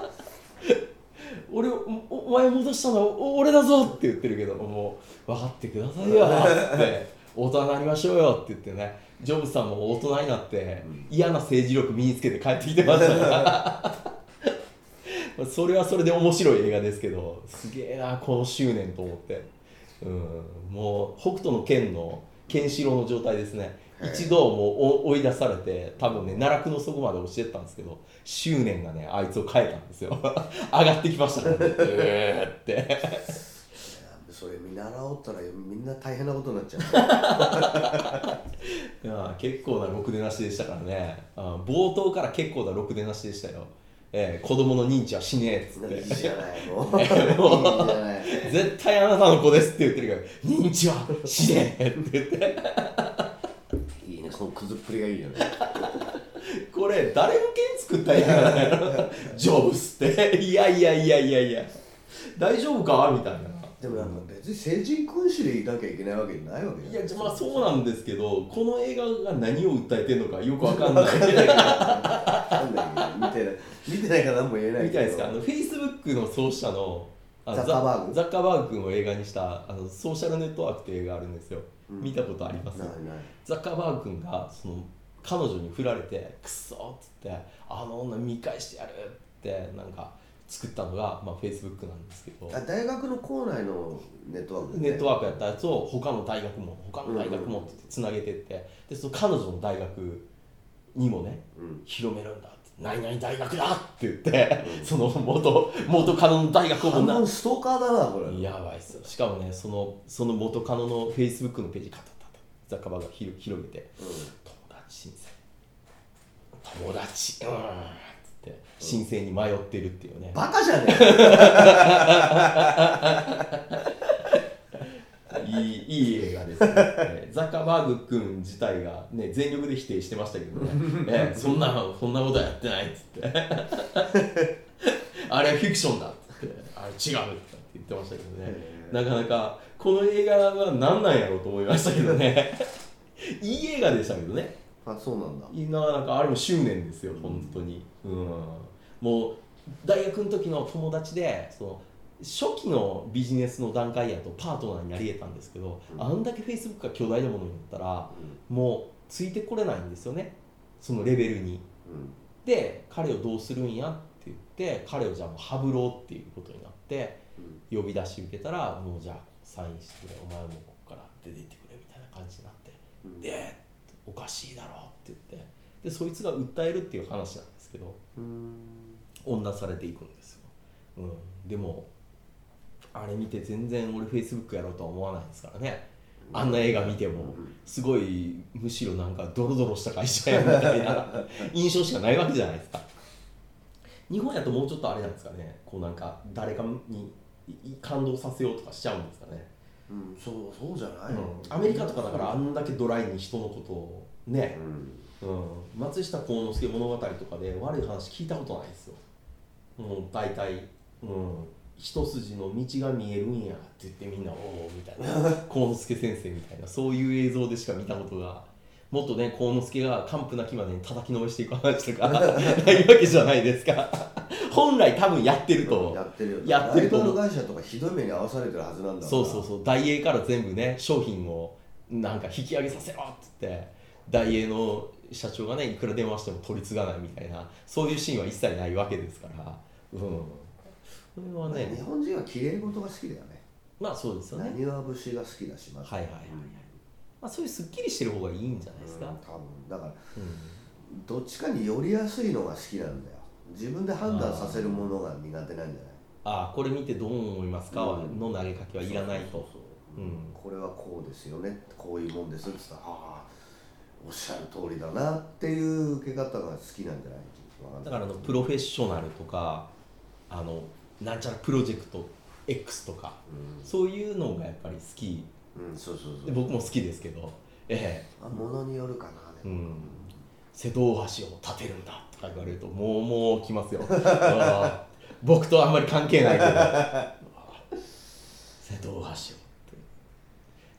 俺をおお前戻したのはお俺だぞって言ってるけどもう分かってくださいよって (laughs) 大人になりましょうよって言ってねジョブズさんも大人になってうん嫌な政治力身につけて帰ってきてましたからまあそれはそれで面白い映画ですけどすげえなこの執念と思って、うん、もう北斗の剣のケンシロウの状態ですねはい一度もうお追い出されて多分ね奈落の底まで落ちてったんですけど執念がねあいつを変えたんですよ (laughs) 上がってきましたからねえーってそれ見習おったらみんな大変なことになっちゃいや結構なろくでなしでしたからね、うん冒頭から結構なろくでなしでしたよ、えー子供の認知はしねえっつっうていいじゃないもう (laughs) いいじゃない絶対あなたの子ですって言ってるけど認知はしねえって言っていいねそのくずっぷりがいいよねこれ誰向けに作った映画なんやろ (laughs) ジョブスっていやいやいやいやいや大丈夫かみたいなでもなんか別に成人君主でいなきゃいけないわけじゃないわけいじゃやんじゃまあそうなんですけどこの映画が何を訴えてんのかよくわか (laughs) んないわかんないけどわかんないけど見てない見てないから何も言えないみけたどいですかあのフェイスブックの創始者のあザッカーバーグザッカーバーグを映画にしたあのソーシャルネットワークっていう映画あるんですよ、うん見たことありますないないザッカーバーグ君がその彼女に振られて「くっそ!」っつって「あの女見返してやる!」ってなんか作ったのが、まあ、フェイスブックなんですけどあ大学の校内のネットワークネットワワークやったやつを他の大学も他の大学もってつなげてってでその彼女の大学にもねーク、うん、広めるんだって「何々大学だ!」って言ってその元元カノの大学をも半な分ストーカーだなこれやばいっすよしかもねそのその元カノのフェイスブックのページカタカタザッカーバーグが広広げてう友達申請友達うーんっつって申請に迷ってるっていうねん、バカじゃねえいいいい映画ですねえー (laughs) ザッカーバーグ君自体が、ね、全力で否定してましたけ (laughs) どねえーそんなそんなことはやってないっつ (laughs) ってあれはフィクションだっつってあれ違うっつって言ってましたけどねへーなかなかこの映画は何なんやろうと思いましたけどねいい映画でしたけどねあそうなんだなかなかあれも執念ですよ本当に、うんもう大学の時の友達でその初期のビジネスの段階やとパートナーになり得たんですけど、うんあんだけフェイスブックが巨大なものになったらうんもうついてこれないんですよねそのレベルにうんで彼をどうするんやって言って彼をじゃあもうハブろうっていうことになってうん呼び出し受けたらもうじゃあサインしてくれお前もここから出て行ってくれみたいな感じになってうんでおかしいだろうって言ってでそいつが訴えるっていう話なんですけどうん恩なされていくんですよ、うん、でもあれ見て全然俺フェイスブックやろうとは思わないですからねあんな映画見てもうんすごいむしろなんかドロドロした会社やみたいな印象しかないわけじゃないですか日本やともうちょっとあれなんですかねこうなんか誰かにいい感動させようとかしちゃうんですかねうんそうそうじゃない、アメリカとかだからあんだけドライに人のことをねううんん、松下幸之助物語とかで悪い話聞いたことないですよもう大体、うん、一筋の道が見えるんやって言ってみんなおおみたいな (laughs) 幸之助先生みたいなそういう映像でしか見たことがもっとね幸之助が完膚なきまでに叩きのめしていく話とかないわけじゃないですか本来多分やってるとやってるよやってるとライ思トうル会社とかひどい目に遭わされてるはずなんだそうそううそうダイエーから全部ね商品をなんか引き上げさせろっつってダイエーの社長がねいくら電話しても取り継がないみたいなそういうシーンは一切ないわけですからうんこれは日ね本人は綺麗事が好きだよねまあそうですよね何は節が好きだしまずはいはいはいはい、まあ、そういうすっきりしてる方がいいんじゃないですうかん、多分だからうんどっちかに寄りやすいのが好きなんだよ自分で判断させるものが苦手なんじゃないああこれ見てどう思いますか、うんの投げかけはいらないとそうそうそううんこれはこうですよねこういうもんですっつったらああおっしゃる通りだなっていう受け方が好きなんじゃないわんなだいからあのプロフェッショナルとかあのなんちゃらプロジェクト X とかそういうのがやっぱり好きうん、うん、そうそうそでう僕も好きですけどえあものによるかなえうでも、ん瀬戸大橋を建てるんだとか言われるともうもう来ますよあー僕とあんまり関係ないけどあー瀬戸大橋をって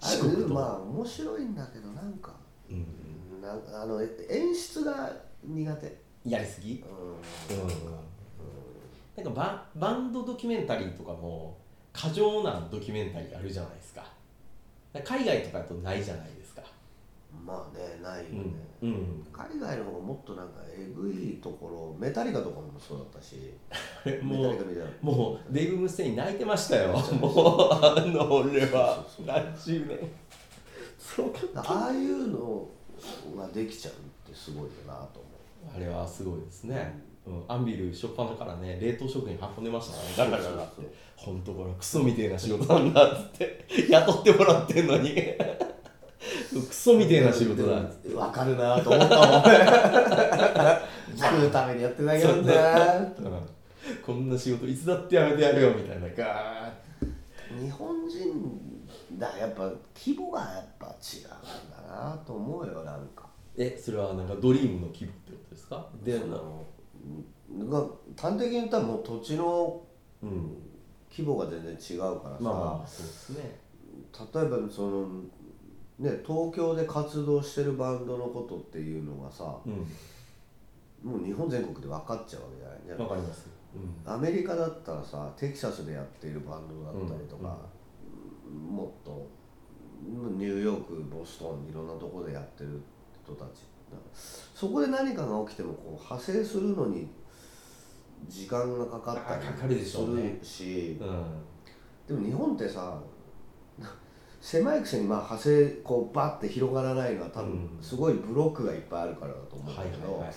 あれ四国と、まあ面白いんだけどなんかうん、なんかあのえ演出が苦手、やりすぎううんなんかババンドドキュメンタリーとかも過剰なドキュメンタリーあるじゃないですかだから海外とかだとないじゃないですかん、まあねないようね、ん、うん、海外の方がもっとなんかえぐいところメタリカとかもそうだったしあれメタ (laughs) もリカうみたいなもうデイブ・ムステイン泣いてましたよもうあの俺はそうそうそう何十年そうかああいうのができちゃうってすごいよなと思うあれはすごいですね、うん、アンビル初っ端からね冷凍食品運んでましたからねガラガラガラってそうそう本当これクソみてえな仕事なんだっつって雇ってもらってんのにクソみてえな仕事だっつってでもわかるなと思っ (laughs) たもんね作るためにやってないけどねうんこんな仕事いつだってやめてやるよみたいなガーッ日本人だやっぱ規模がやっぱ違うんだなと思うよなんかえそれはなんかドリームの規模ってことですかでそのうんが端的に言ったらもう土地のうん規模が全然違うからさ、まあまあそうですね例えばそのね東京で活動してるバンドのことっていうのがさうんもう日本全国で分かっちゃうわけじゃないじゃわかりますうんアメリカだったらさテキサスでやっているバンドだったりとか、もっとニューヨークボストンいろんなところでやってる人たちそこで何かが起きてもこう派生するのに時間がかかったあかかるりですしょうねるしうんでも日本ってさ狭いくせにまあ派生こうバッて広がらないのは多分うんすごいブロックがいっぱいあるからだと思うんだはいはけいど、はい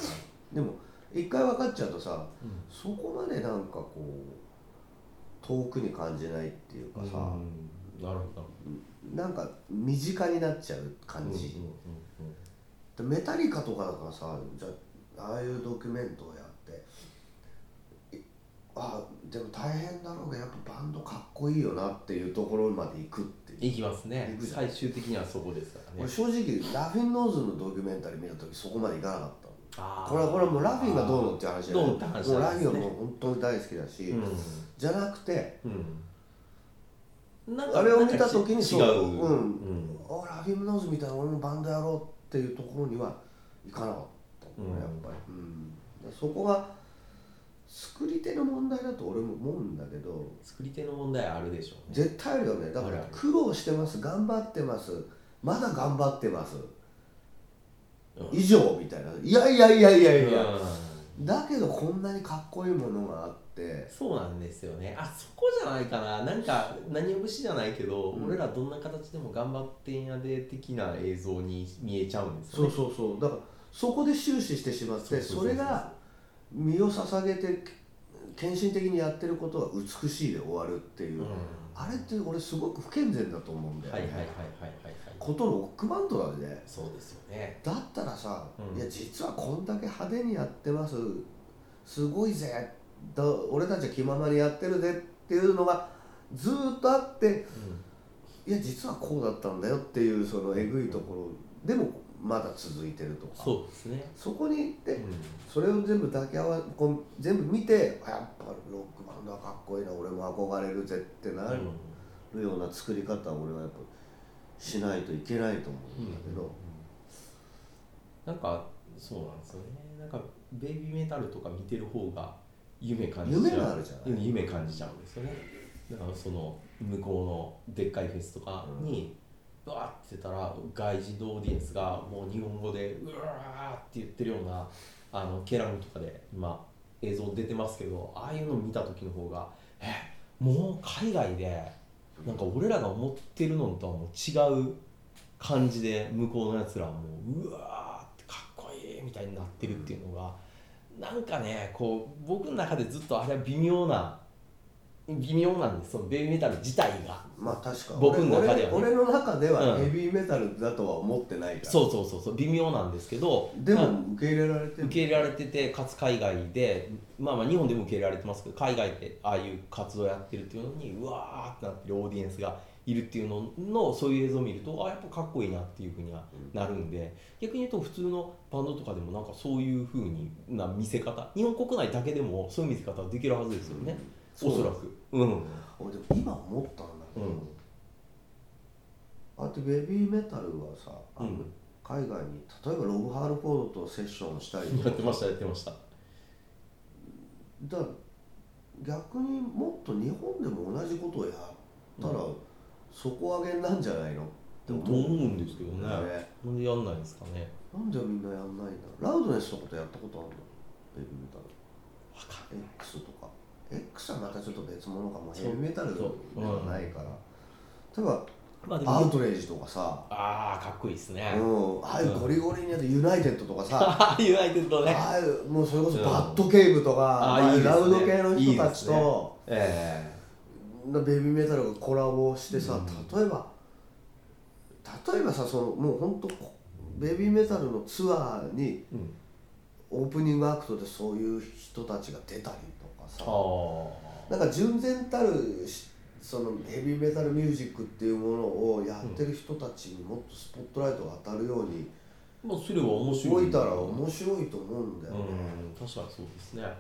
でも一回分かっちゃうとさうんそこまでなんかこう遠くに感じないっていうかさ、うんなるほどなんか身近になっちゃう感じ、うんうんうんうんでメタリカとかだからさじゃあああいうドキュメントをやっていあでも大変だろうけどやっぱバンドかっこいいよなっていうところまで行くっていいう、きますね行くじゃん最終的にはそこですから俺ね正直ラフィン・ノーズのドキュメンタリー見た時そこまで行かなかったあーこれはこれはもうラフィンがどうのって話じゃなどいうのって話じもゃうなラいフでィすねンはもう本当に大好きだし、じゃなくてうんうんなんかあれを見た時になんか違うそううんんあラフィムノーズみたいな俺もバンドやろうっていうところにはいかなかったね、うんやっぱり、うん、だからそこが作り手の問題だと俺も思うんだけど作り手の問題あるでしょうね絶対あるよねだかあるらある苦労してます頑張ってますまだ頑張ってますうん以上みたいないやいやいやいやいや、うだけどこんなにかっこいいものがあってんそうなんですよねあそこじゃないかななんか何を節じゃないけど、うん俺らどんな形でも頑張ってんやで的な映像に見えちゃうんですよそねうそうそうだからそこで終始してしまってそれが身を捧げて献身的にやってることは美しいで終わるっていう、うんあれって俺すごく不健全だと思うんだよはいね、はいはいはいはいはいことロックバンドだよねそうですよねだったらさ、うんいや実はこんだけ派手にやってますすごいぜだ俺たちは気ままにやってるぜっていうのがずーっとあっていや実はこうだったんだよっていうそのえぐいところでもまだ続いてるとかそうですね、そこに行って、うそれを全部抱き合わこう全部見てあやっぱロックバンドはかっこいいな俺も憧れるぜってんなるような作り方を俺はやっぱしないといけないと思うんだけど、なんかそうなんですよねなんかベイビーメタルとか見てる方が夢感じちゃう夢があるじゃないうん夢感じちゃうんですよねだからその向こうのでっかいフェスとかにわーってたら外人のオーディエンスがもう日本語でうわーって言ってるようなあのケラムとかで今映像出てますけどああいうの見た時の方がえもう海外でなんか俺らが思ってるのとはもう違う感じで向こうのやつらはもううわーってかっこいいみたいになってるっていうのがなんかねこう僕の中でずっとあれは微妙な微妙なんですそのベビーメタル自体が。まあ確か僕の中ではね俺俺の中ではうんヘビーメタルだとは思ってないから、そうそうそうそう微妙なんですけどでまあも受け入れられて受け入れられててかつ海外でまあまあ日本でも受け入れられてますけど海外でああいう活動やってるっていうのにうわーってなってるオーディエンスがいるっていうののそういう映像を見るとあやっぱかっこいいなっていうふうにはなるんで逆に言うと普通のバンドとかでもなんかそういうふうにな見せ方日本国内だけでもそういう見せ方はできるはずですよね、うんおそらくうん俺でも今思ったんだけど、うんあとベビーメタルはさ、あのうん海外に例えばロブ・ハールフォードとセッションしたりとかやってましたやってましただから逆にもっと日本でも同じことをやったらう底上げなんじゃないのってと思思ううんですけどねよねなんでやんないんですかねなんでみんなやんないんだラウドネスのことやったことあるのベビーメタルわか X とか X はまたちょっと別物かもそヘうビーメタルではないから例えばんまあでアウもトレイジとかさああかっこいいですね、 (laughs) うん、ああいうゴリゴリにやってユナイテッドとかさ、ああユナイテッドねああいうもうそれこそうんバッドケイブとか、ああいいですねラウド系の人たちいいとえなベビーメタルがコラボしてさ、う例えば例えばさそのもう本当ベビーメタルのツアーにえうんオープニングアクトでそういう人たちが出たりとかさああなんか純然たるしそのヘビーメタルミュージックっていうものをやってる人たちにもっとスポットライトが当たるように。まあすれば面白い動いたらうん面白いと思うんだよね、確かにそうですねああ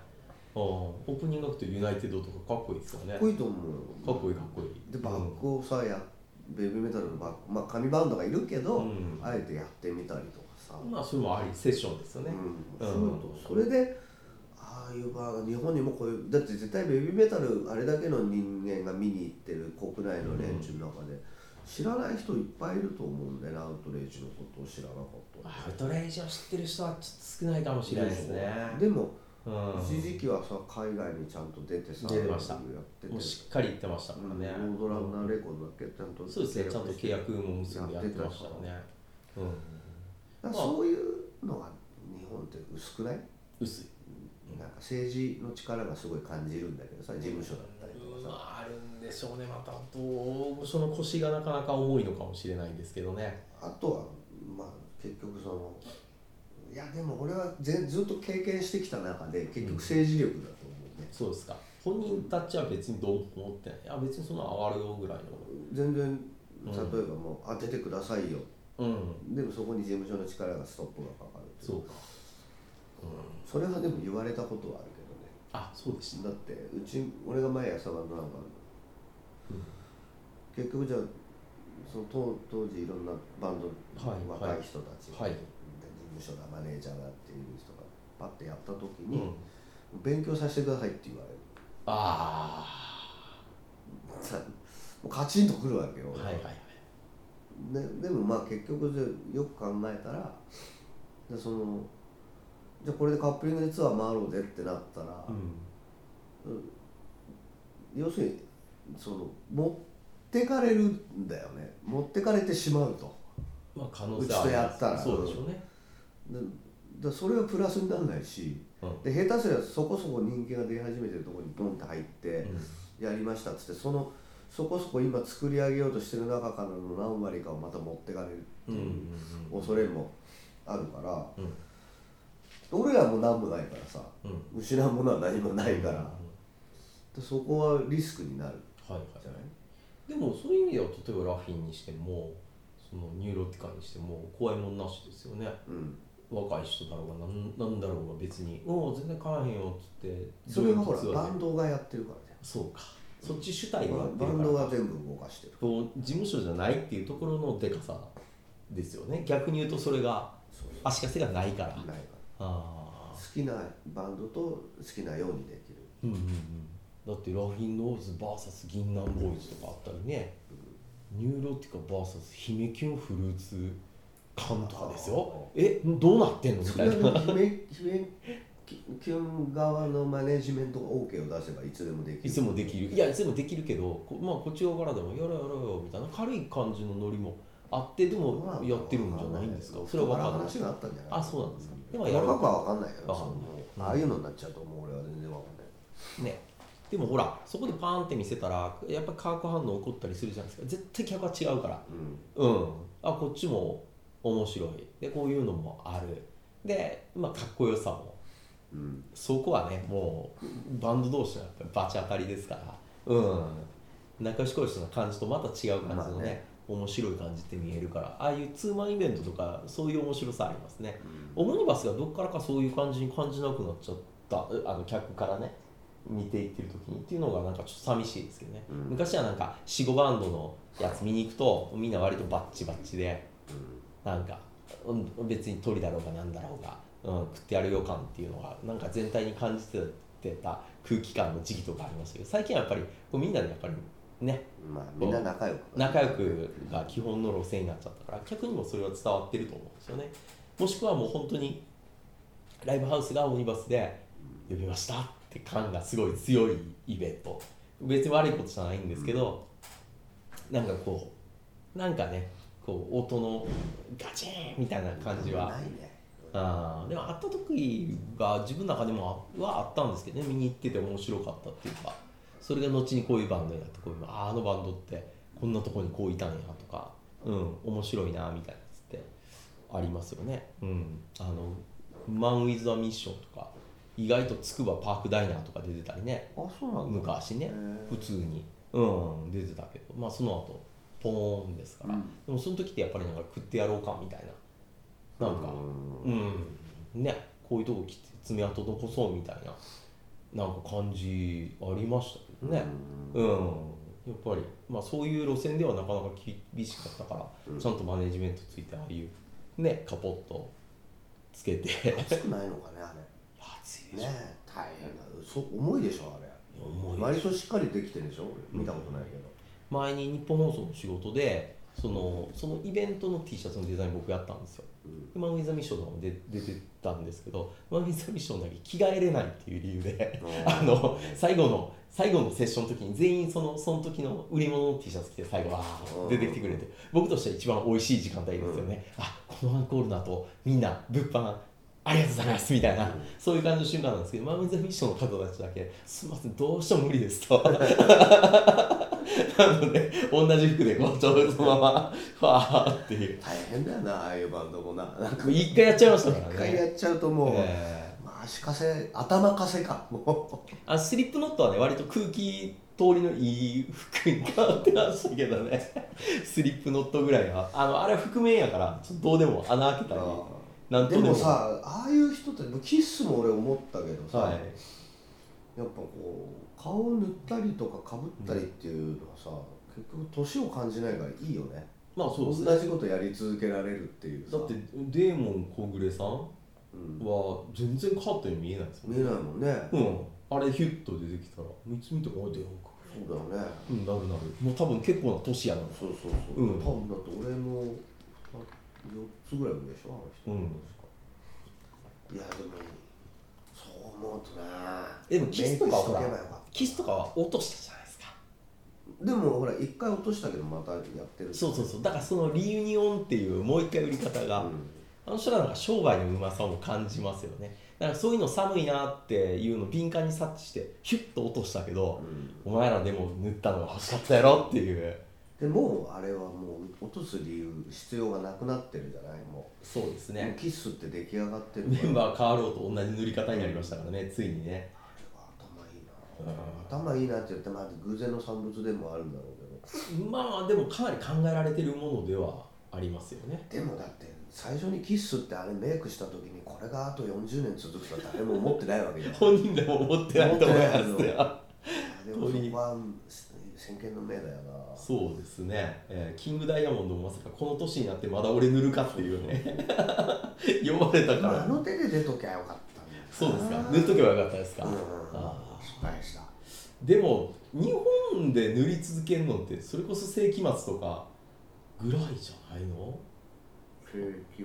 オープニングアクトユナイテッドとかかっこいいですよねかかっっこいいと思うよこいいかっこいいでバックをさやベビーメタルのバックまあ紙バンドがいるけど、うんあえてやってみたりとかさ、うんまあそれもありセッションですよねうんうんそうだとそれでああいう場合日本にもこういうだって絶対ベビーメタルあれだけの人間が見に行ってる国内の連中の中で、知らない人いっぱいいると思うんだよねアウトレイジのことを知らなかったアウトレイジを知ってる人はちょっと少ないかもしれないですねでもうん一時期はさ海外にちゃんと出てさ出てましたやっててもうしっかり言ってましたからねうん、ロードランナーレコードだっけちゃんとそうですねちゃんと契約も結んでやってましたかやってたからねうんだからそういうのが日本って薄くない薄いなんか政治の力がすごい感じるんだけどさ事務所だったりとかさまあ、あるんでしょうねまたどうその腰がなかなか重いのかもしれないんですけどねあとはまあ結局そのいやでも俺はぜずっと経験してきた中で結局政治力だと思うね、そうですか本人たちは別にどうも思ってないいや別にそんな上がるよぐらいの全然うん例えばもう当ててくださいようんでもそこに事務所の力がストップがかかるっていそうかそれはでも言われたことはあるけどねあそうでしただってうち俺が前朝晩のなんか、うん結局じゃあその当当時いろんなバンド、はい若はいい人たち、はいで事務所だマネージャーだっていう人がパッてやった時うに、ん勉強させてくださいって言われるあもうカチンとくるわけよ、あはいはいはいででもまあ結局でよく考えたらでそのじゃあこれでカップリングでツアー回ろうぜってなったら、うん要するにその持ってかれるんだよね持ってかれてしまうとまあ可能性はありますうちとやったらそうでしょうねでだそれはプラスにならないしうんで下手すりゃそこそこ人気が出始めてるところにボンって入ってやりましたっつってそのそこそこ今作り上げようとしてる中からの何割かをまた持ってかれるうんうんうん恐れもあるからうん俺らも何もないからさうん失うものは何もないかうんらでそこはリスクになるはいはいじゃないでもそういう意味では例えばラフィンにしてもそのニューロティカにしても怖いもんなしですよねうん若い人だろうがなんなんだろうが別に「うん全然買わへんよ」っつってそれはほらどういうバ活動ンでドがやってるからじゃんそうかそっち主体がバやっンてバるンかドらが全部動かしてるこう事務所じゃないっていうところのでかさですよね逆に言うとそれがそうそう足かせがないからないあからあ好きなバンドと好きなようにできるうんうんうんだってラフィン・ローズ VS 銀杏ボーイズとかあったりねニューロティカ VS 姫キュンフルーツ缶とかですよえどうなってんのみそたれいなは姫姫キキュン側のマネジメントが OK を出せばいつでもできるいつもできるいやいつもできるけどこ,、まあ、こっち側からでもやろうやろうよみたいな軽い感じのノリもあってでもやってるんじゃないんですかそれは分かんない話があったんじゃないあそうなんですかででもも細やろかくは分かんないよわかんないそのああいうのになっちゃうと思う俺は全然分かんないうねでもほらそこでパーンって見せたらやっぱ化学反応起こったりするじゃないですか絶対客は違うからうんうんあこっちも面白いでこういうのもあるで、まあ、かっこよさもうんそこはねもうバンド同士のやっぱりバチ当たりですからうん仲良し恋しの感じとまた違う感じのまあね,、ね面白い感じって見えるからああいうツーマンイベントとかそういう面白さありますねオムニバスがどっからかそういう感じに感じなくなっちゃったうあの客からね見ていってる時にっていうのがなんかちょっと寂しいですけどね、うん昔はなんか45バンドのやつ見に行くとみんな割とバッチバッチでなんかうん別に鳥だろうが何だろうが、うん、食ってやるよ感っていうのがなんか全体に感じてた空気感の時期とかありましたけど最近はやっぱりこうみんなでやっぱりねうんまあみんな仲良く仲良くが基本の路線になっちゃったから客にもそれは伝わってると思うんですよねもしくはもう本当にライブハウスがオニバスで呼びましたって感がすごい強いイベント別に悪いことじゃないんですけど、なんかこうなんかねこう音のガチーンみたいな感じはないねあーでもあった時が自分の中でもあはあったんですけどね見に行ってて面白かったっていうかそれが後にこういうバンドになってこういうあーあのバンドってこんなとこにこういたんやとかうん面白いなみたいなやつってありますよねうんあの「マン・ウィズ・ア・ミッション」とか意外とつくばパークダイナーとか出てたりねあそうなんだ昔ねへー普通にうん出てたけどまあその後ポーンですから、うんでもその時ってやっぱりなんか食ってやろうかみたいななんか、うん、ねこういうとこ来て爪痕残そうみたいななんか感じありましたけどねうん、やっぱり、まあ、そういう路線ではなかなか厳しかったから、うんちゃんとマネジメントついてああいうねカポッとつけて熱くないのかねあれ (laughs) 熱いでしょねえ大変だそう重いでしょあれ重いでしょ割としっかりできてるでしょ俺見たことないけど前に日本放送の仕事でそのそのイベントの T シャツのデザイン僕やったんですようんマン・ウィザ・ミッションとかも出出てたんですけどマン・ウィザ・ミッションだけ着替えれないっていう理由であの最後の最後のセッションの時に全員そのその時の売り物の T シャツ着て最後わーって出てきてくれて僕としては一番美味しい時間帯ですよね、あこのアンコールの後みんな物販ありがとうございますみたいな、そういう感じの瞬間なんですけどマン・ウィザ・ミッションの方たちだけすみませんどうしても無理です (laughs) となので同じ服でこうちょうどそのままファーっていう大変だよなああいうバンドもななんか一回やっちゃいましたからね一回やっちゃうともう、えまあ足かせ頭かせかもーあスリップノットはね割と空気通りのいい服に変わってましたけどね (laughs) スリップノットぐらいはあのあれは覆面やからちょっとどうでも穴開けうたりでなんとでももさああいう人ってキッスも俺思ったけどさ、はやっぱこう顔を塗ったりとかかぶったりっていうのはさ、結局年を感じないからいいよねいまあそうですね同じことやり続けられるっていうださってデーモン小暮さんうんは全然変わったように見えないですもん見えないもんね、うんあれヒュッと出てきたら三つ見とかあ出ようかそうだよねうんなるなるもう多分結構な年やなそうそうそう、うん多分だって俺も4つぐらい上でしょあの人、うんいやでもそう思うとなでもキスとかはほらメイクしとけばよかったキスとかは落としたじゃないですかでもほら一回落としたけどまたやってるそうそううそうだからそのリユニオンっていうもう一回売り方が、んあの人らなんか商売のうまさも感じますよねだからそういうの寒いなっていうの敏感に察知してヒュッと落としたけど、お前らでも塗ったのが欲しかったやろっていうでもうあれはもう落とす理由必要がなくなってるじゃないもそうですう,、もうキッスって出来上がってる (laughs) メンからバー変わろうと同じ塗り方になりましたからねついにね頭いいな頭いいなって言ってまあ偶然の産物でもあるんだろうけまあでもかなり考えられてるものではありますよねどでもだって最初にキッスってあれメイクした時にこれがあと40年続くとは誰も思ってないわけじゃん本人でも思ってないと思います思ってないよでもそこは先見の明だよなそうですね、えーキングダイヤモンドもまさかこの年になってまだ俺塗るかっていうね (laughs) 呼ばれたからあの手で出ときゃよかったんだよなそうですか塗っとけばよかったですか、うんあ失敗したーでも日本で塗り続けるのってそれこそ世紀末とかぐらいじゃないの世紀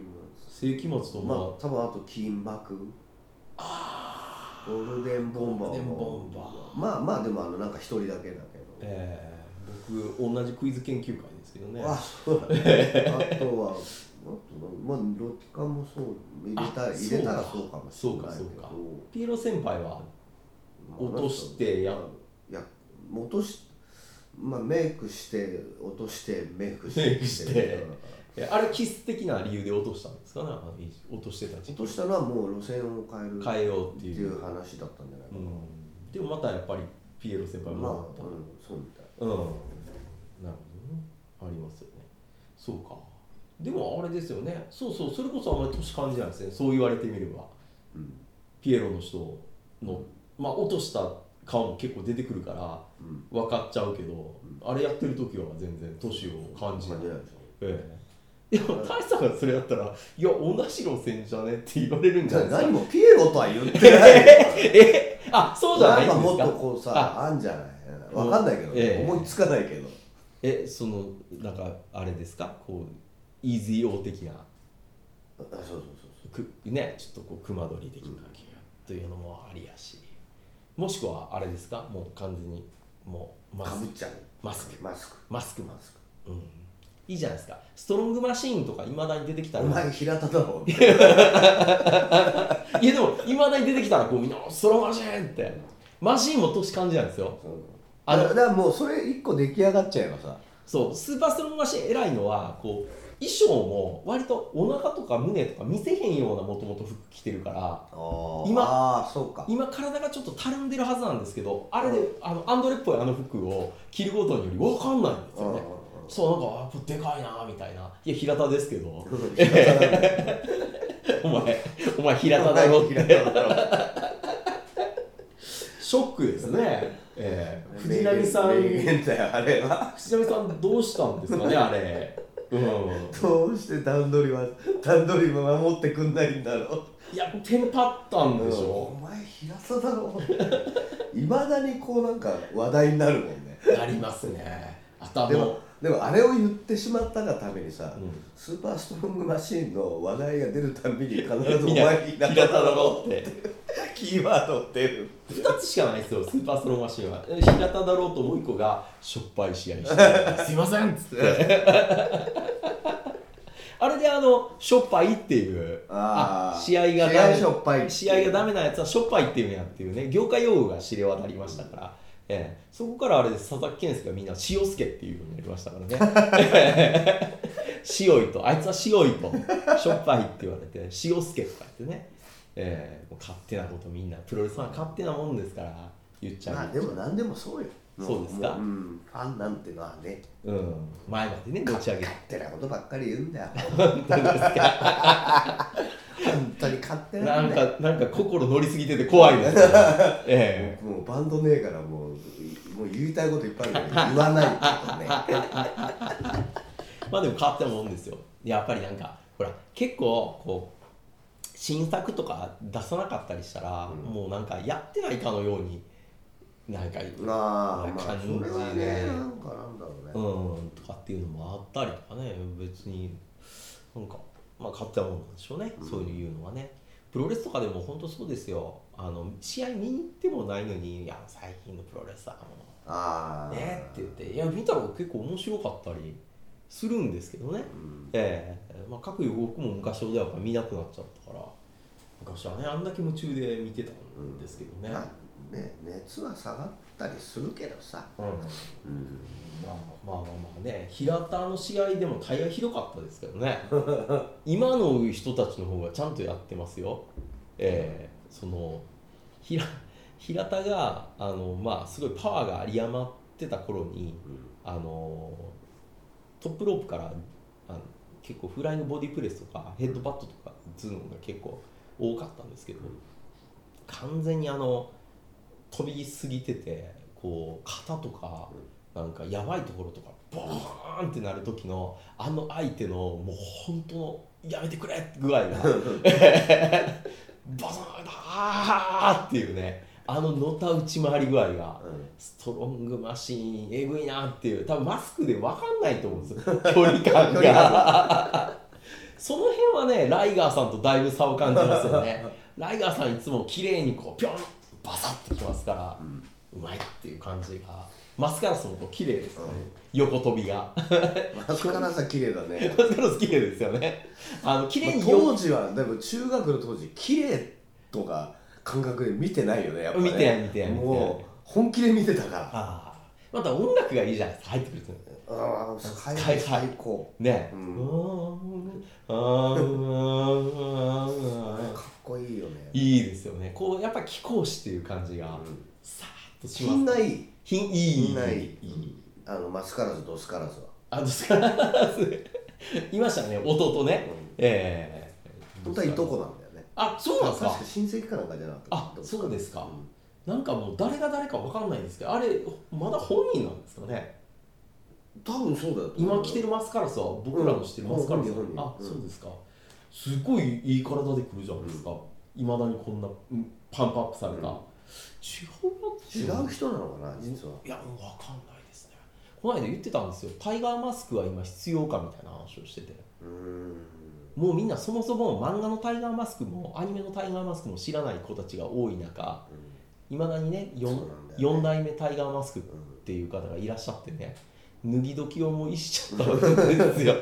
末世紀末とまあまあ多分あと金箔あゴールデンボンバゴーールデンボもンバーまあまあでもあのなんか一人だけだけど、えー、僕同じクイズ研究会ですけどねあそうだねあとはあとはまあロッカもそう入れたあ入れたらそそううかかもしれそうないけどかそうかピエロ先輩は落としてやいや落としまあメイクして落としてメイクしてメイクしてえあれキス的な理由で落としたんですかねあの落としてた時落期としたのはもう路線を変える変えようっってていういう話だったんじゃないかうん、でもまたやっぱりピエロ先な、輩まあ、もうらっん、そうみたいた、うんなるほどねありますよねそうかでもあれですよねそうそうそれこそあんまり年感じないですねそう言われてみればうんピエロの人のまあ落とした顔も結構出てくるからうん分かっちゃうけど、あれやってる時は全然年を感じない、ないでしょええ、でも大佐がそれやったら「いや同じ路線じゃね」って言われるんじじゃゃなあいですか何もピエロとは言ってない (laughs) からえあそうじゃないんですんかかもっとこうあさあんじゃないわかんないけど、ええ思いつかないけどえそのなんかあれですかこうイージー王的なあそうそうそうくねちょっとこう熊取り的な気がというのもありやしもしくはあれですかもう完全にもうそうマかスぶっクちゃうマスクマスクマスクママススクク、うん、いいじゃないですかストロングマシーンとかいまだに出てきたらお前平田だろいやでもいまだに出てきたらこうみんな「ストロングマシーン!」ってマシーンも年感じないんですよああのだからもうそれ一個出来上がっちゃえばさそうスーパーストロングマシン偉いのはこう衣装も割とお腹とか胸とか見せへんようなもともと服着てるから今今あーそうか今体がちょっとたるんでるはずなんですけどあれであのアンドレっぽいあの服を着ることにより分かんないんですよねそうなんかあやっぱでかいなみたいないや平田ですけ (laughs) どうんうんうん平田だろお前お前平田だろ平田だろショックですね、ええ藤波波さん名藤言だよあれは波さんどうしたんですかねあれ (laughs) うんどうして段取りは段取りも守ってくんないんだろういやテンパったんでしょお前平田だろいまだにこうなんか話題になるもんねなりますね。あとはでももでもあれを言ってしまったがためにさ、うんスーパーストロングマシーンの話題が出るたびに必ずう、おみんな前平平田田だだろろうって。キーワード出る2つしかないですよ、スーパースローマシンは。平田だろうともう1個が、しょっぱい試合してる、すいませんっつって。 (laughs) あれであの、しょっぱいっていう、あー試合が試合しょっぱいっていう試合がダメなやつはしょっぱいっていうんやっていうね、業界用語が知れ渡りましたから。ええ、そこからあれです佐々木健介がみんな塩助っていうようになりましたからねええ塩いとあいつは塩いとしょっぱいって言われて塩助とか言ってね、ええもう勝手なことみんなプロレスは勝手なもんですから言っちゃう、まあでも何でもそうよそうですかもうん、ファンなんてのはねうん、前までね持ち上げて勝手なことばっかり言うんだよ本当ですか本当に勝手ななんんだよかなんか心乗りすぎてて怖いですよ、 (laughs) ええもうバンドねえからもうもう言いたいこといっぱいあるけど言わないけどねまあでも変わったもんですよやっぱりなんかほら結構こう新作とか出さなかったりしたら、うんもうなんかやってないかのようになんかうんまあまあ感じねそれはねなんかなんだろうね、とかっていうのもあったりとかね別になんかまあ勝手なもんなんでしょうね、うんそういうのはねプロレスとかでも本当そうですよあの試合見に行ってもないのに「いや最近のプロレスはもうああねって言っていや見たら結構面白かったりするんですけどね、んええまあ各予告も昔ほどやっぱ見なくなっちゃったから昔はねあんだけ夢中で見てたんですけどね、まあね熱は下がったりするけどさ、うんうん、まあまあまあまあね平田の試合でも大概ひどかったですけどね (laughs) 今の人たちの方がちゃんとやってますよええその平平田があのまあすごいパワーが有り余ってた頃にあのトップロープからあの結構フライングボディプレスとかヘッドバットとか打つのが結構多かったんですけど、うん完全にあの飛びすぎててこう肩とかなんかやばいところとかボーンってなる時のあの相手のもう本当のやめてくれって具合が (laughs) バサーンあーっていうねあののた打ち回り具合が。ストロングマシーンえぐいなっていう多分マスクで分かんないと思うんです (laughs) よ距離感距離がその辺はねライガーさんとだいぶ差を感じますよねライガーさんいつも綺麗にこうピョンバサッてきますから、うまいっていう感じがマスカラスもこう綺麗ですよね、横飛びがマスカラさん綺麗だねマスカラス綺麗ですよねあの綺麗によ当時はでも中学の当時綺麗とか感覚で見てないよねやっぱね見てない見てない見てないもう本気で見てたからあーまた音楽がいいじゃないですか入ってくるとああ最最高最高ねえ、ううんん、あーあーあかっーこいいよねいいですよねこうやっぱ貴公子っていう感じがうんさーっとします品ないい品いい品ないいいあのマスカラズドスカラズはあとスカラス (laughs) いましたね弟ね、うんええ本当はいとこなんだよねあそうなんです確かか親戚かなんかじゃなかったあそうですかんなんかもう誰が誰かわかんないんですけどあれまだ本人なんですかね多分そうだよ今着てるマスカラスは僕らの知ってるマスカラス、うんうんあうんそうですかすごいいい体で来るじゃないですかいま、未だにこんなうんパンプアップされた、うん違違うなってう人なのかな実はいやもう分かんないですねこの間言ってたんですよタイガーマスクは今必要かみたいな話をしててうーんもうみんなそもそも漫画のタイガーマスクもアニメのタイガーマスクも知らない子たちが多い中いまだにね 4, そうなんだよね4代目タイガーマスクっうんうんていう方がいらっしゃってね脱ぎ時をもうしちゃったわけですよ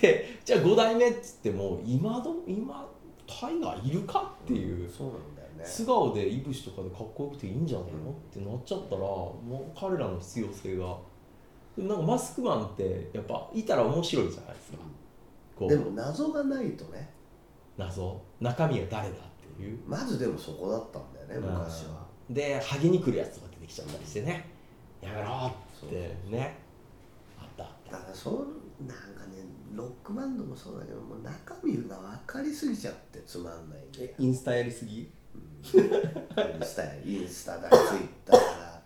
でじゃあ5代目っつっても今ど今タイガーいるかっていうそうなんだよね素顔でいぶしとかでかっこよくていいんじゃないのってなっちゃったらもう彼らの必要性がでもなんかマスクマンってやっぱいたら面白いじゃないですかこでうも謎がないとね謎中身は誰だっていうまずでもそこだったんだよね昔はでハゲに来るやつとか出てきちゃったりしてねやめろそうってねあったあっだからそうなんかねロックバンドもそうだけどもう中身が分かりすぎちゃってつまんないんただよえインスタやりすぎ (laughs) インスタやインスタだツイッターだ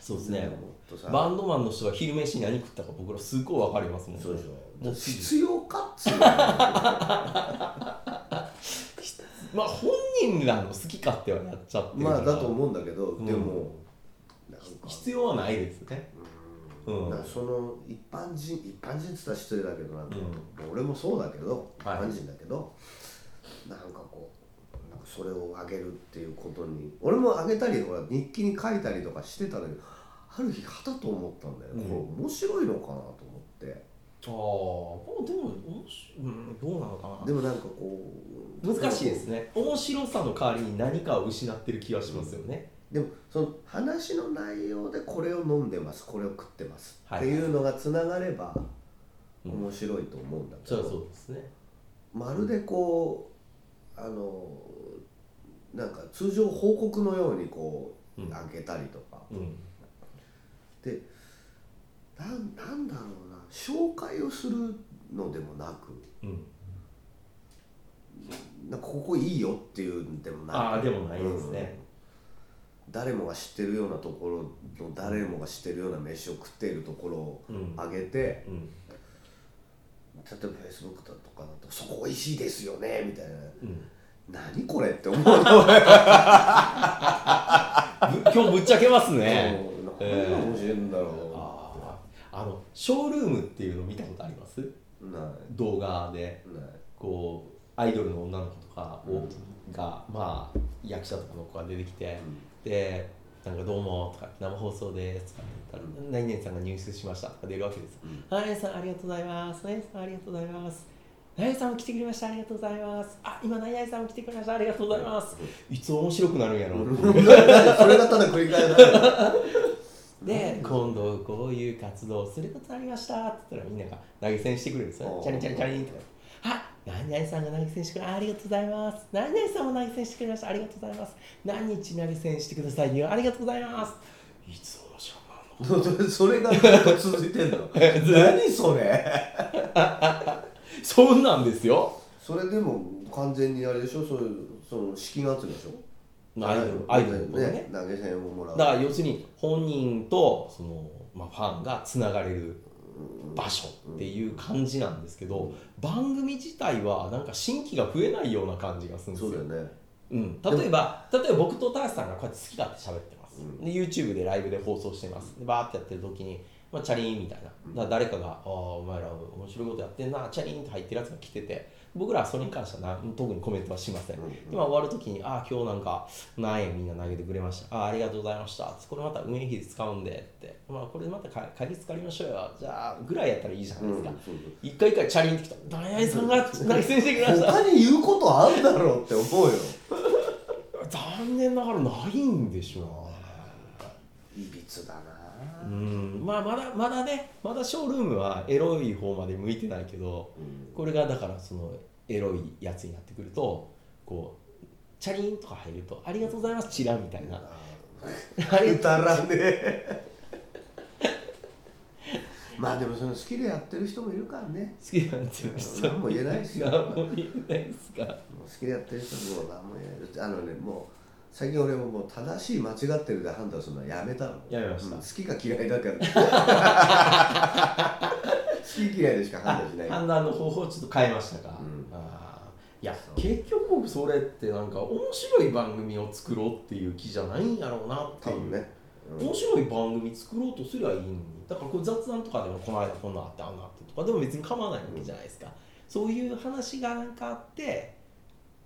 そうですもねっとさバンドマンの人が昼飯何食ったか僕らすごいわかりますもんそうでしょもう必要 (laughs) かっつうのまあ本人らの好き勝手はやっちゃってるからまあだと思うんだけど、んでもなんか必要はないですねうんうんなんかその一般人一般人って言ったら失礼だけどなんか、う俺もそうだけど一はい般人だけど、なんかこうなんかそれをあげるっていうことに俺もあげたりほら日記に書いたりとかしてたんだけどある日はたと思ったんだよ、うんこれ面白いのかなと思ってああもうでも面白いうんどうなのかなでもなんかこう難しいですね面白さの代わりに何かを失ってる気がしますよね、でもその話の内容でこれを飲んでますこれを食ってます、はいっていうのがつながればうん面白いと思うんだけそど、りゃそうですねまるでこうあのなんか通常報告のようにこううん開けたりとか、うんでなんなんだろうな紹介をするのでもなくうんなんかここいいよっていうのでもなくああでもないですね、うん誰もが知ってるようなところの誰もが知ってるような飯を食っているところをうんうんあげて例えばフェイスブックだとかだと「そこ美味しいですよね」みたいなうん「何これ?」って思うのぶ (laughs) 今日ぶっちゃけますね、うんなんかええ何が面白いんだろあああのショールームっていうの見たことありますうな動画でいないこうアイドルの女の子とかを、うんがまあ役者とかの子が出てきて、うんで「なんかどうも」とか「生放送です」とか言ったら「何々さんが入室しました」とか出るわけですようん「何々さんありがとうございます」「何々さんありがとうございます」「何々さんも来てくれましたありがとうございます」「あ今何々さんも来てくれましたありがとうございます」いつ面白くなるんやろうっていうそれがただ繰り返されるで今度こういう活動をすることになりましたって言ったらみんなが投げ銭してくれるんですよおーチャリンチャリンチャリンってあ何々さんが投げ銭してくれありがとうございます何々さんも投げ銭してくれましたありがとうございます何日投げ銭してくださいよありがとうございますいつ面白くなるのそれがずっと続いてんの何それ (laughs) そうなんですよそれでも完全にあれでしょそういうその資金集めでしょアイドルアイドルのことねね投げ銭をもらうだから要するに本人とその、まあ、ファンがつながれる場所っていう感じなんですけど番組自体はなんか新規が増えないような感じがするんですそうよだよねうん、例えば例えば僕と田橋さんがこうやって好きだって喋ってます、うんで YouTube でライブで放送してますでバーってやってる時に、まあ、チャリーンみたいなだから誰かが「ああお前ら面白いことやってんなチャリーン」って入ってるやつが来てて僕らはそれに関してはな特にコメントはしません、うんうん今終わる時に「ああ今日なんか何円みんな投げてくれましたああありがとうございましたこれまた運営費で使うんで」って「まあ、これまたか鍵使いましょうよじゃあ」ぐらいやったらいいじゃないですか、うんそうそう一回一回チャリンってきた「何々さんが何先してくれました」他に言うことあるだろうって思うよ残念ながらないんでしょうねいびつだなうんまあまだまだねまだショールームはエロい方まで向いてないけどうんこれがだからそのエロいやつになってくるとこうチャリンとか入ると「ありがとうございますチラ」みたいな (laughs) 歌らね (laughs) まあでもその好きでやってる人もいるからね好きなんていう人何も言えないですよ何も言えないですかもう好きでやってる人はもう何も言えないあのねもう最近俺ももう正しい間違ってるで判断するのはやめたのやめましたうん好きか嫌いだから好き嫌いでしか判断しない判断の方法をちょっと変えましたか、うんあーいやそう結局僕それってなんか面白い番組を作ろうっていう気じゃないんやろうなって多いう分ね、うん面白い番組作ろうとすりゃいいのにだからこれ雑談とかでもこの間こんなんあってあんなあってとかでも別に構わないわけじゃないですか、そういう話がなんかあって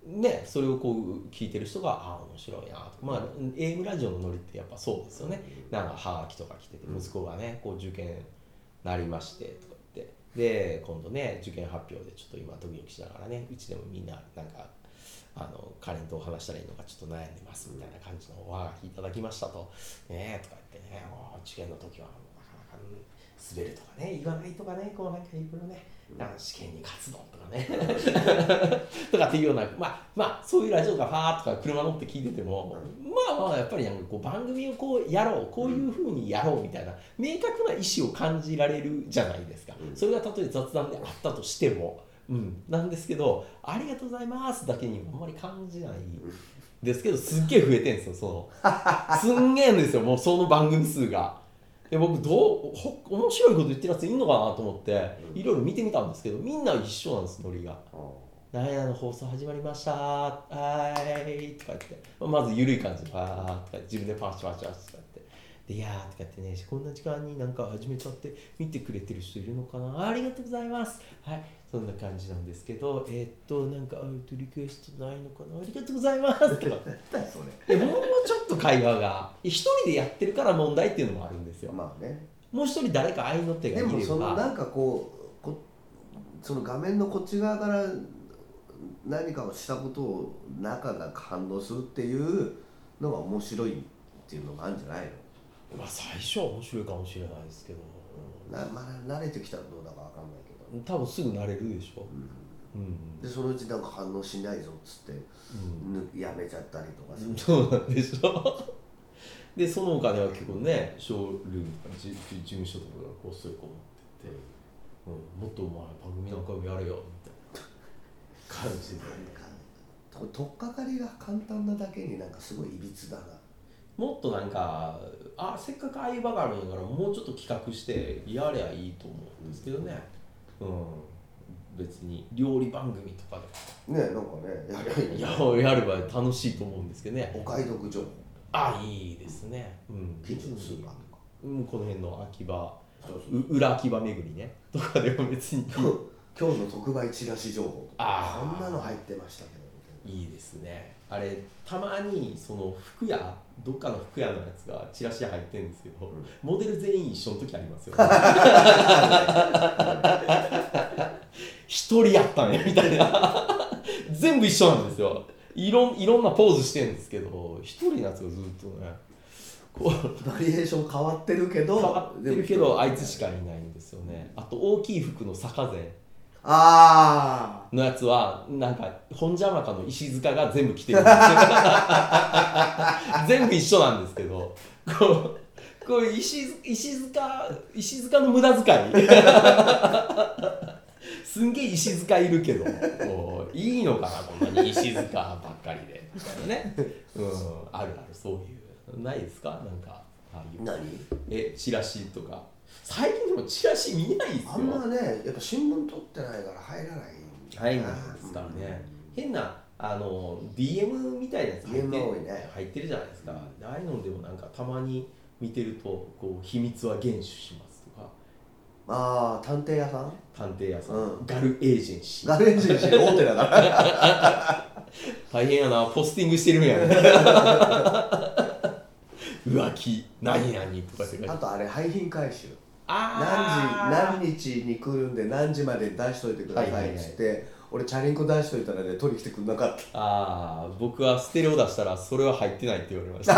ねそれをこう聞いてる人がああ面白いなとかまあ AM ラジオのノリってやっぱそうですよねなんかはがきとか来ててうん息子がねこう受験なりましてとか言ってで今度ね受験発表でちょっと今ドキドキしながらねうちでもみんななんかあの彼にどう話したらいいのかちょっと悩んでますみたいな感じのおはがきいただきましたとねえとか言ってねもう受験の時はなかなかうん滑るとかね言わないとかねこうなんかいろいろねなんか試験に勝つのとかね (laughs) とかっていうようなまあまあそういうラジオがファーッとか車乗って聞いててもまあまあやっぱりなんかこう番組をこうやろうこういうふうにやろうみたいな明確な意思を感じられるじゃないですかうんそれがたとえ雑談であったとしても。うん、なんですけど「ありがとうございます」だけにあんまり感じないですけどすっげえ増えてんですよその (laughs) すんげえんですよもうその番組数がで僕どうほ面白いこと言ってるやついんのかなと思ってうんいろいろ見てみたんですけどみんな一緒なんですノリが「何々の放送始まりましたはーい」とか言ってまず緩い感じで「あー」とか自分でパチパチパチとか言って。でいやーとか言ってね、こんな時間になんか始めちゃって見てくれてる人いるのかなありがとうございますはい、そんな感じなんですけど、えーっと、なんか、あえっとリクエストないのかなありがとうございます (laughs) とかだよそれでもうちょっと会話が一人でやってるから問題っていうのもあるんですよまあねもう一人誰か愛の手がでいればもそのなんかこうこその画面のこっち側から何かをしたことを中が反応するっていうのが面白いっていうのがあるんじゃないのまあ最初は面白いかもしれないですけどなまあ慣れてきたらどうだかわかんないけど、多分すぐ慣れるでしょううんん、でそのうちなんか反応しないぞっつってうんぬやめちゃったりとかさ、そうなんでしょ (laughs) でそのお金は結構ねショールームとかじじ事務所とかがこっそりこう持ってって、うん、もっとお前番組なんかもやれよみたいな感じでなんかと取っかかりが簡単なだけになんかすごいいびつだなもっとなんかあせっかくああいう場があるんやからもうちょっと企画してやりゃいいと思うんですけどねうん別に料理番組とかねなんかねやでばもいいねややれば楽しいと思うんですけどねお買い得情報あいいですねうん近所のスーパーとかうんこの辺の秋葉そうそうう裏秋葉巡りねとかでも別に今日今日の特売チラシ情報あーこんなの入ってましたけどみたいないいですねあれたまにその服屋どっかの服屋のやつがチラシ入ってるんですけど、んモデル全員一緒の時ありますよ (laughs) 一人やったねみたいな (laughs) 全部一緒なんですよいろんいろんなポーズしてるんですけど一人のやつがずっとねこうバリエーション変わってるけど変わってるけでもどあいつしかいないんですよねあと大きい服の坂勢あのやつはなんか本邪魔かの石塚が全部着てるんですよ (laughs) 全部一緒なんですけどこうこう石塚石塚石塚の無駄遣い (laughs) すんげえ石塚いるけどこういいのかなこんなに石塚ばっかりでみたいなね、うん、あるあるそういうないですかなんかああいあう何えチラシとか最近でもチラシ見ないですよあんまねやっぱ新聞取ってないから入らないんだな入んないですからね、変なあの DM みたいなやつ入って DM 多る,、いね入ってるじゃないですか、でああいうのでもなんかたまに見てるとこう「秘密は厳守します」とかああ探偵屋さん探偵屋さん、うんガルエージェンシーガレージにして大手だから大変やなポスティングしてるん (laughs) やね浮気何々とかって書いてあとあれ廃品回収あ何時何日に来るんで何時までに出しといてくださいっつって、俺チャリンコ出しといたらね取り来てくんなかったーあー僕は捨てるを出したらそれは入ってないって言われました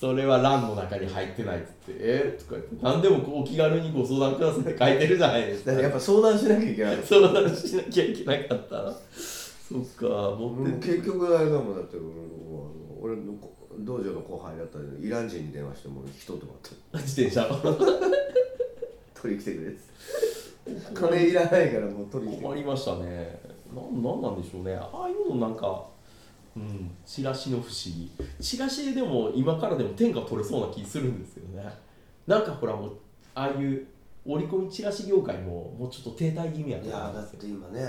それは欄の中に入ってないっつってえー、とか言って何でもこうお気軽にご相談くださいって書いてるじゃないですかだからやっぱ相談しなきゃいけない相談しなきゃいけなかったらそっか持ってもっうて結局あれだもんだってうん俺の道場の後輩だったんでイラン人に電話してもう人とまった自転車取り来てくれっつって金いらないからもう取りに来てく困れりましたねなんなんなんでしょうねああいうのなんかうんチラシの不思議チラシでも今からでも天下取れそうな気するんですよねなんかほらもうああいう折り込みチラシ業界ももうちょっと停滞気味やいとや思うんだでっすよて今ね、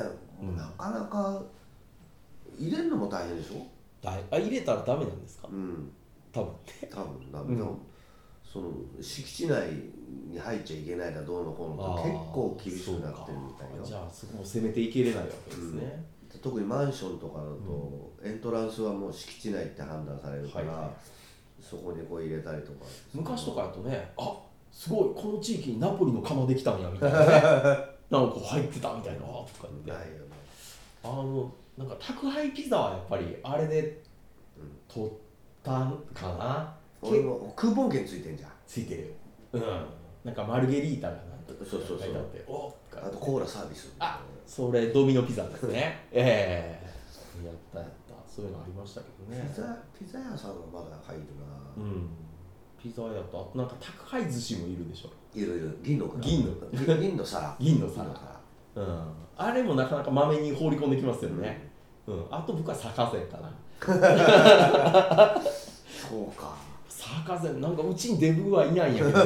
うんなかなか入れるのも大変でしょだいあ入れたらダメなんですかうん多分多分だ、うんでもその敷地内に入っちゃいけないだどうのこうのって結構厳しくなってるみたそうかいじよゃあそこも攻めていけれないわけですね、特にマンションとかだと、エントランスはもう敷地内って判断されるから、はいはいそこにこう入れたりとか昔とかやとねあすごいこの地域にナポリの窯できたんやみたい (laughs) な、ね、なんかこう入ってたみたいなとか言ってないよねあのなんか宅配ピザはやっぱりあれで取ったんかな、俺もクーポン券ついてんじゃんついてるうんなんかマルゲリータがなんかそうそうそう書いてあっておっとかあとコーラサービスあそれドミノピザですねええやったやったそういうのありましたけどピねザピザ屋さんはまだ入るうな、んピザやとあとなんか宅配寿司もいるでしょいろいろ銀の銀のの銀の皿銀の皿うんあれもなかなかまめに放り込んできますよね、うんあと僕はサカゼンかなそうかサカゼンなんかうちにデブはいないんやけどな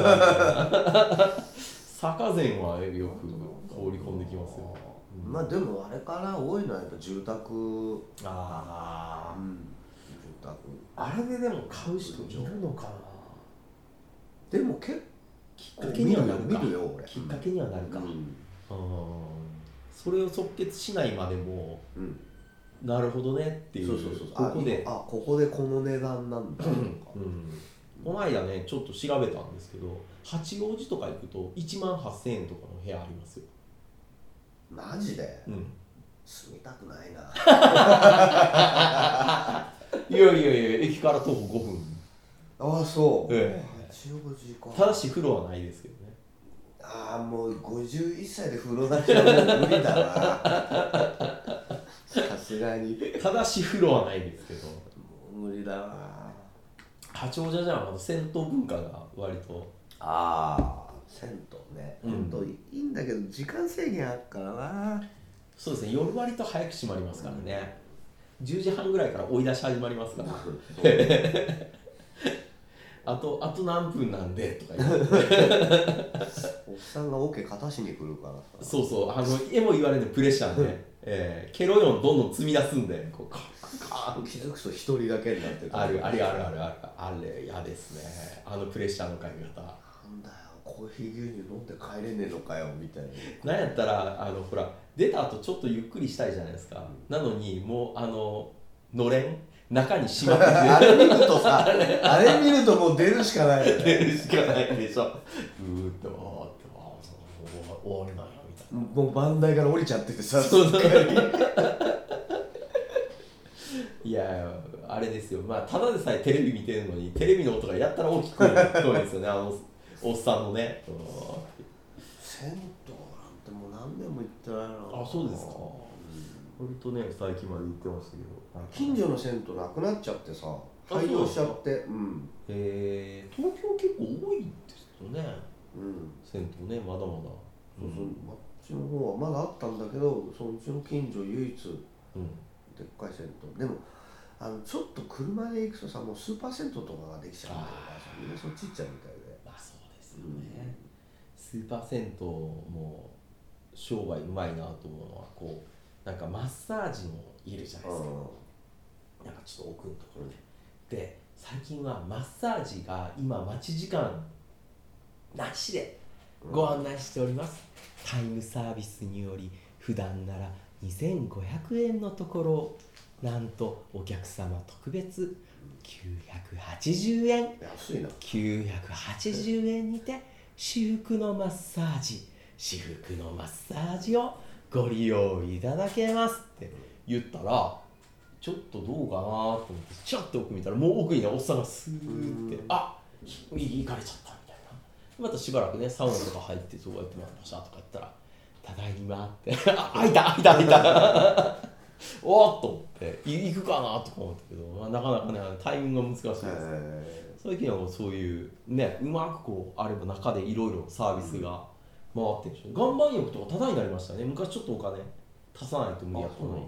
サカゼンはよく放り込んできますよまあでもあれから多いのはやっぱ住宅あ住宅あれででも買う人いるのかなでも結きっ構かけにはなる見かるよ俺きっかけにはなるか、ううんん、それを即決しないまでもうんなるほどねっていうそうそうそうここであここでこの値段なんだとかうんこの間ねちょっと調べたんですけど八王子とか行くと1万8000円とかの部屋ありますよ、マジでうん住みたくないないやいやいや駅から徒歩5分ああそう、え八王子たかだし風呂はないですけどねああもう51歳で風呂なきゃ無理だな (laughs) さすがにただし風呂はないですけどもう無理だな八王子はじゃああの銭湯文化が割とああ銭湯ねうん銭湯いいんだけど時間制限あるからなそうですね夜割と早く閉まりますからね、10時半ぐらいから追い出し始まりますから (laughs) あとあと何分なんでとか言っておっさんがオケ勝たしに来るからさそうそうあの絵も言われるプレッシャー (laughs) で、えーケロヨンどんどん積み出すんでこうカッカッカッ気づくと一人だけになってあるあるあるあるあるあれ嫌ですねあのプレッシャーのかけ方なんだよコーヒー牛乳飲んで帰れねえのかよみたいななんやったらあのほら出た後ちょっとゆっくりしたいじゃないですか、なのにもうあののれん中にしまってあれ見るとさあれ見るともう出るしかないよね出るしかないでしょうーっとあーってあーもう終われないなみたいもう番台から降りちゃっててさそうそうすっかり (laughs) ないやあれですよまあただでさえテレビ見てるのにテレビの音がやったら大きく聞こえるんですよねあのおっさんのね銭湯なんてもう何年も行ってないなあそうですか本当ね最近まで言ってましたけど近所の銭湯なくなっちゃってさそう廃業しちゃってうんえー、東京結構多いですよねうん銭湯ねまだまだそうそう、あっちの方はまだあったんだけどそのうちの近所唯一うんでっかい銭湯でもあのちょっと車で行くとさもうスーパー銭湯とかができちゃうんだよさみんなそっち行っちゃうみたいでまあそうですよね、スーパー銭湯も商売うまいなと思うのはこうなんかマッサージもいるじゃないですか、なんかちょっと奥のところでで最近はマッサージが今待ち時間なしでご案内しております、タイムサービスにより普段なら2500円のところなんとお客様特別980円安いな980円にて至福のマッサージ至福のマッサージをご利用いただけますって言ったらちょっとどうかなと思ってちょっと奥見たらもう奥にねおっさんがスーッうてんあい行かれちゃったみたいなまたしばらくねサウナとか入ってそうやってましたとか言ったら「ただいま」って「あ開いた開いた開い (laughs) た」おーっと思ってい行くかなとか思ったけど、まあ、なかなかねタイミングが難しいですねえ最近はもうそういうねうまくこうあれば中でいろいろサービスが回ってるでしょ岩盤浴とかタダになりましたね昔ちょっとお金足さないと無理やったのに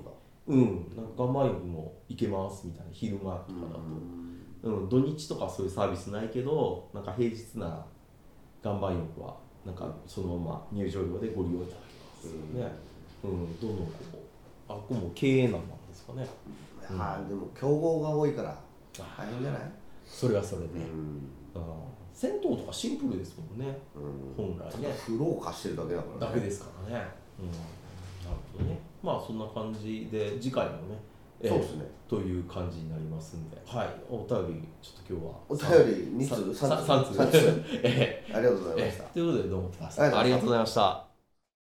うんなんか岩盤浴も行けますみたいな昼間とかだと、うん、土日とかそういうサービスないけどなんか平日なら岩盤浴はなんかそのまま入場料でご利用いただけますよね、うんどんどんこうあここも経営難なんですかねうんはいでも競合が多いから大変じゃないそれはそれで、うんあー銭湯とかシンプルですもんねう本ん来ね風呂を貸してるだけだからだけですからね、うん、なるほどねまあそんな感じで次回もね、えーそうですねという感じになりますんではいお便りちょっおと今日は便り二通さ三さ通三三通通えありがとうごーざいま (laughs) しえたーということでどうもありがとうございましたありがとうございました